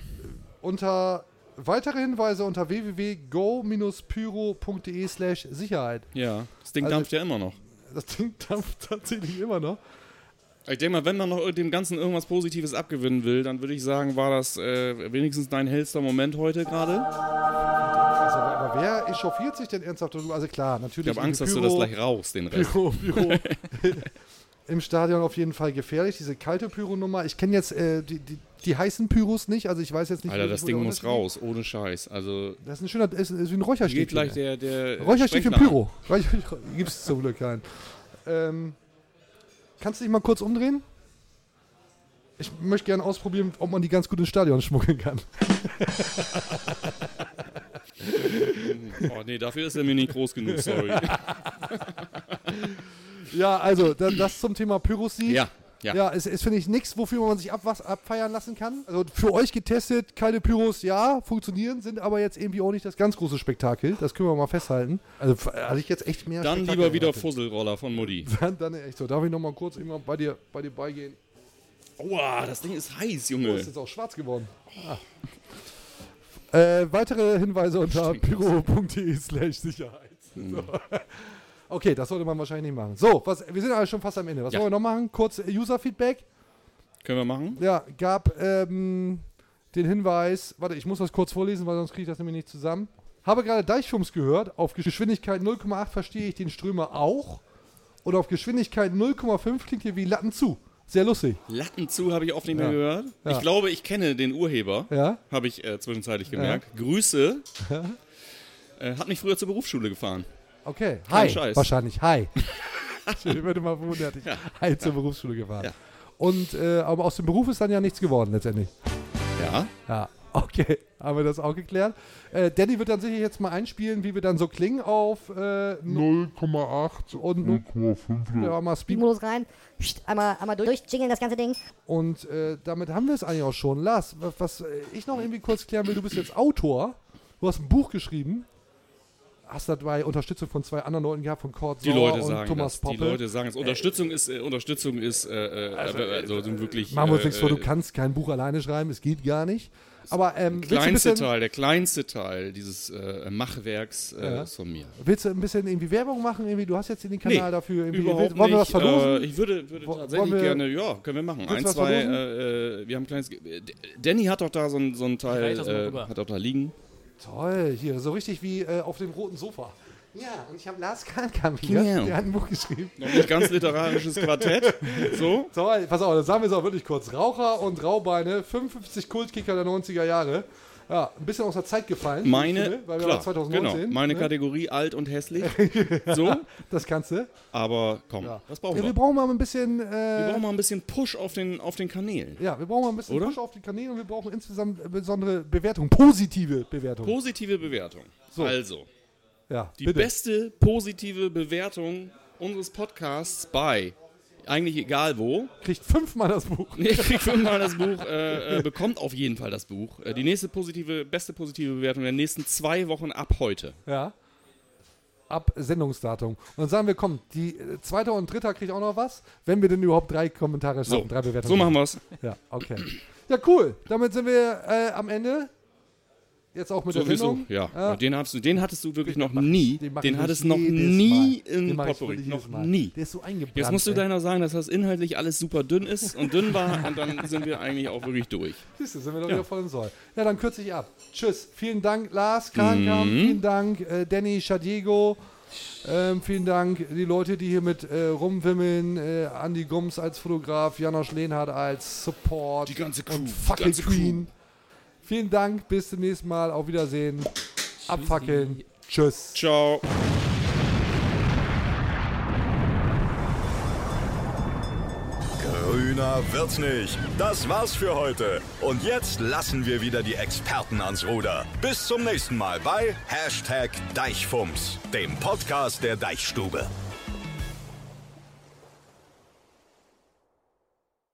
Speaker 3: Unter weitere Hinweise unter www.go-pyro.de slash Sicherheit.
Speaker 4: Ja, das Ding
Speaker 3: Also-
Speaker 4: dampft ja immer noch.
Speaker 3: Das Ding dampft tatsächlich immer noch.
Speaker 4: Ich denke mal, wenn man noch dem Ganzen irgendwas Positives abgewinnen will, dann würde ich sagen, war das äh, wenigstens dein hellster Moment heute gerade.
Speaker 3: Also, aber wer echauffiert sich denn ernsthaft darüber? Also klar, natürlich.
Speaker 4: Ich habe Angst, dass
Speaker 3: irgendwie
Speaker 4: du das gleich rauchst, den Rest.
Speaker 3: Pyro, Pyro. Im Stadion auf jeden Fall gefährlich, diese kalte Pyro-Nummer. Ich kenne jetzt äh, die, die, die heißen Pyros nicht, also ich weiß jetzt nicht,
Speaker 4: Alter,
Speaker 3: wirklich,
Speaker 4: das
Speaker 3: wo der
Speaker 4: Ding muss
Speaker 3: Unterschied
Speaker 4: raus, ohne Scheiß. Also,
Speaker 3: Das ist ein schöner, ist, ist wie ein Räucherstäbchen.
Speaker 4: Geht gleich der- der, äh,
Speaker 3: Räucherstäbchen
Speaker 4: Sprengler
Speaker 3: Pyro. Gibt es zum Glück keinen. Ähm, kannst du dich mal kurz umdrehen? Ich möchte gerne ausprobieren, ob man die ganz gut ins Stadion schmuggeln kann.
Speaker 4: oh nee, dafür ist er mir nicht groß genug, sorry.
Speaker 3: ja, also da, das zum Thema Pyrosieg.
Speaker 4: Ja, ja.
Speaker 3: Ja, es ist, finde ich, nichts, wofür man sich abwas abfeiern lassen kann. Also für euch getestet, keine Pyros, ja, funktionieren, sind aber jetzt irgendwie auch nicht das ganz große Spektakel. Das können wir mal festhalten. Also f- hatte ich jetzt echt mehr
Speaker 4: Dann
Speaker 3: Spektakel
Speaker 4: lieber wieder
Speaker 3: erwartet.
Speaker 4: Fusselroller von Mutti.
Speaker 3: Dann, dann echt so. Darf ich nochmal kurz immer bei dir, bei dir beigehen?
Speaker 4: Aua, das Ding ist heiß,
Speaker 3: Oh,
Speaker 4: Junge.
Speaker 3: ist jetzt auch schwarz geworden. Ah. Äh, weitere Hinweise unter pyro.de slash Sicherheit. So. Okay, das sollte man wahrscheinlich nicht machen. So, was, wir sind alle schon fast am Ende. Was
Speaker 4: Ja.
Speaker 3: wollen wir noch machen? Kurz äh, User-Feedback.
Speaker 4: Können wir machen?
Speaker 3: Ja, gab ähm, den Hinweis, warte, ich muss das kurz vorlesen, weil sonst kriege ich das nämlich nicht zusammen. Habe gerade Deichfumms gehört, auf Geschwindigkeit 0,8 verstehe ich den Strömer auch. Und auf Geschwindigkeit 0,5 klingt hier wie Latten zu. Sehr lustig.
Speaker 4: Latten zu habe ich oft nicht mehr
Speaker 3: Ja.
Speaker 4: gehört.
Speaker 3: Ja.
Speaker 4: Ich glaube, ich kenne den Urheber.
Speaker 3: Ja.
Speaker 4: Habe ich äh, zwischenzeitlich
Speaker 3: Ja.
Speaker 4: gemerkt. Grüße.
Speaker 3: Ja.
Speaker 4: Äh, hat mich früher zur Berufsschule gefahren.
Speaker 3: Okay,
Speaker 4: Kein
Speaker 3: hi.
Speaker 4: Scheiß.
Speaker 3: Wahrscheinlich, hi. ich würde mal vermuten, er hat dich hi zur Berufsschule gefahren. Und, äh, aber aus dem Beruf ist dann ja nichts geworden letztendlich.
Speaker 4: Ja.
Speaker 3: Ja, okay. Haben wir das auch geklärt. Äh, Danny wird dann sicher jetzt mal einspielen, wie wir dann so klingen auf äh, 0,8 und 0,5. Ja, mal Speed.
Speaker 14: Modus rein. Psst, Einmal, einmal durch, jingeln das ganze Ding.
Speaker 3: Und äh, damit haben wir es eigentlich auch schon. Lars, was, was äh, ich noch irgendwie kurz klären will, du bist jetzt Autor. Du hast ein Buch geschrieben. Hast dabei Unterstützung von zwei anderen Leuten gehabt, von Kurt
Speaker 4: Die
Speaker 3: Sauer
Speaker 4: Leute
Speaker 3: und
Speaker 4: sagen
Speaker 3: Thomas
Speaker 4: das.
Speaker 3: Poppe.
Speaker 4: Die Leute sagen es. Unterstützung ist, äh, Unterstützung ist, äh, äh, also, also sind wirklich.
Speaker 3: Machen wir uns
Speaker 4: äh,
Speaker 3: nichts vor, du
Speaker 4: äh,
Speaker 3: kannst kein Buch alleine schreiben, es geht gar nicht. Aber ähm, willst, du ein
Speaker 4: kleinste
Speaker 3: bisschen,
Speaker 4: Teil, der kleinste Teil dieses äh, Machwerks äh,
Speaker 3: Ja.
Speaker 4: ist von mir.
Speaker 3: willst du ein bisschen irgendwie Werbung machen? Irgendwie, du hast jetzt den Kanal
Speaker 4: Nee,
Speaker 3: dafür. Irgendwie,
Speaker 4: Überhaupt
Speaker 3: wollen
Speaker 4: nicht.
Speaker 3: wir was verlosen?
Speaker 4: Äh, ich würde, würde
Speaker 3: Wo-
Speaker 4: tatsächlich
Speaker 3: wollen wir-
Speaker 4: gerne, ja, können wir machen.
Speaker 3: Willst du
Speaker 4: Ein,
Speaker 3: was
Speaker 4: zwei,
Speaker 3: verlosen?
Speaker 4: äh, äh, wir haben ein kleines. Ge- äh, D- Danny hat doch da so ein, so ein Teil,
Speaker 3: reich das mal
Speaker 4: äh,
Speaker 3: rüber.
Speaker 4: hat doch da liegen.
Speaker 3: Toll, hier, so richtig wie äh, auf dem roten Sofa. Ja, und ich habe Lars Kahnkamp hier,
Speaker 4: Genau.
Speaker 3: der hat ein Buch geschrieben.
Speaker 4: Noch nicht ganz literarisches Quartett. So.
Speaker 3: Toll, pass auf, das sagen wir es auch wirklich kurz. Raucher und Raubeine, 55 Kultkicker der 90er Jahre. Ja, ein bisschen aus der Zeit gefallen. wie ich
Speaker 4: Meine,
Speaker 3: finde, weil wir
Speaker 4: klar,
Speaker 3: waren 2019,
Speaker 4: genau, meine
Speaker 3: ne?
Speaker 4: Kategorie alt und hässlich. So,
Speaker 3: Das kannst du.
Speaker 4: aber komm, was brauchen
Speaker 3: Ja,
Speaker 4: wir?
Speaker 3: wir brauchen mal ein bisschen. Äh, wir
Speaker 4: brauchen mal ein bisschen Push auf den, auf den Kanälen.
Speaker 3: Ja, wir brauchen mal ein bisschen
Speaker 4: Oder?
Speaker 3: Push auf die Kanäle und wir brauchen insgesamt äh, besondere Bewertung, positive Bewertung.
Speaker 4: Positive Bewertung. Also,
Speaker 3: ja,
Speaker 4: die
Speaker 3: bitte.
Speaker 4: beste positive Bewertung unseres Podcasts bei, eigentlich egal wo,
Speaker 3: Kriegt fünfmal das Buch.
Speaker 4: Nee, kriegt fünfmal das Buch, äh, äh, bekommt auf jeden Fall das Buch. Äh, die nächste positive, beste positive Bewertung der nächsten zwei Wochen ab heute.
Speaker 3: Ja. Ab Sendungsdatum. Und dann sagen wir, komm, die äh, zweite und dritte kriegt auch noch was, wenn wir denn überhaupt drei Kommentare schaffen,
Speaker 4: So,
Speaker 3: drei Bewertungen.
Speaker 4: so machen wir's.
Speaker 3: Ja, okay. Ja, cool. Damit sind wir äh, am Ende. Jetzt auch mit der
Speaker 4: Sowieso,
Speaker 3: Sendung.
Speaker 4: ja.
Speaker 3: Ja.
Speaker 4: Den, hast du, den hattest du wirklich noch nie.
Speaker 3: Den mach
Speaker 4: Den
Speaker 3: ich
Speaker 4: hattest noch
Speaker 3: wirklich jedes
Speaker 4: nie
Speaker 3: Mal. Den
Speaker 4: in
Speaker 3: mach ich
Speaker 4: Potpourri.
Speaker 3: wirklich
Speaker 4: Noch
Speaker 3: jedes Mal.
Speaker 4: nie.
Speaker 3: Der ist so eingebrannt,
Speaker 4: Jetzt musst du
Speaker 3: ey.
Speaker 4: gleich noch sagen, dass das inhaltlich alles super dünn ist und dünn war und dann sind wir eigentlich auch wirklich durch.
Speaker 3: Siehst du, sind wir doch
Speaker 4: Ja.
Speaker 3: wieder voll im Soll. Ja, dann kürze ich ab. Tschüss. Vielen Dank, Lars, Kahnkam.
Speaker 4: Mhm.
Speaker 3: Vielen Dank, äh, Danny, Shadiego. Ähm, vielen Dank, die Leute, die hier mit äh, rumwimmeln. Äh, Andy Gums als Fotograf, Janosch Lehnhardt als Support. Die ganze Crew. Und Fackel
Speaker 4: ganze Crew.
Speaker 3: Queen. Vielen Dank, bis zum nächsten Mal. Auf Wiedersehen. Abfackeln. Tschüss.
Speaker 4: Ciao.
Speaker 2: Grüner wird's nicht. Das war's für heute. Und jetzt lassen wir wieder die Experten ans Ruder. Bis zum nächsten Mal bei Hashtag Deichfumms, dem Podcast der Deichstube.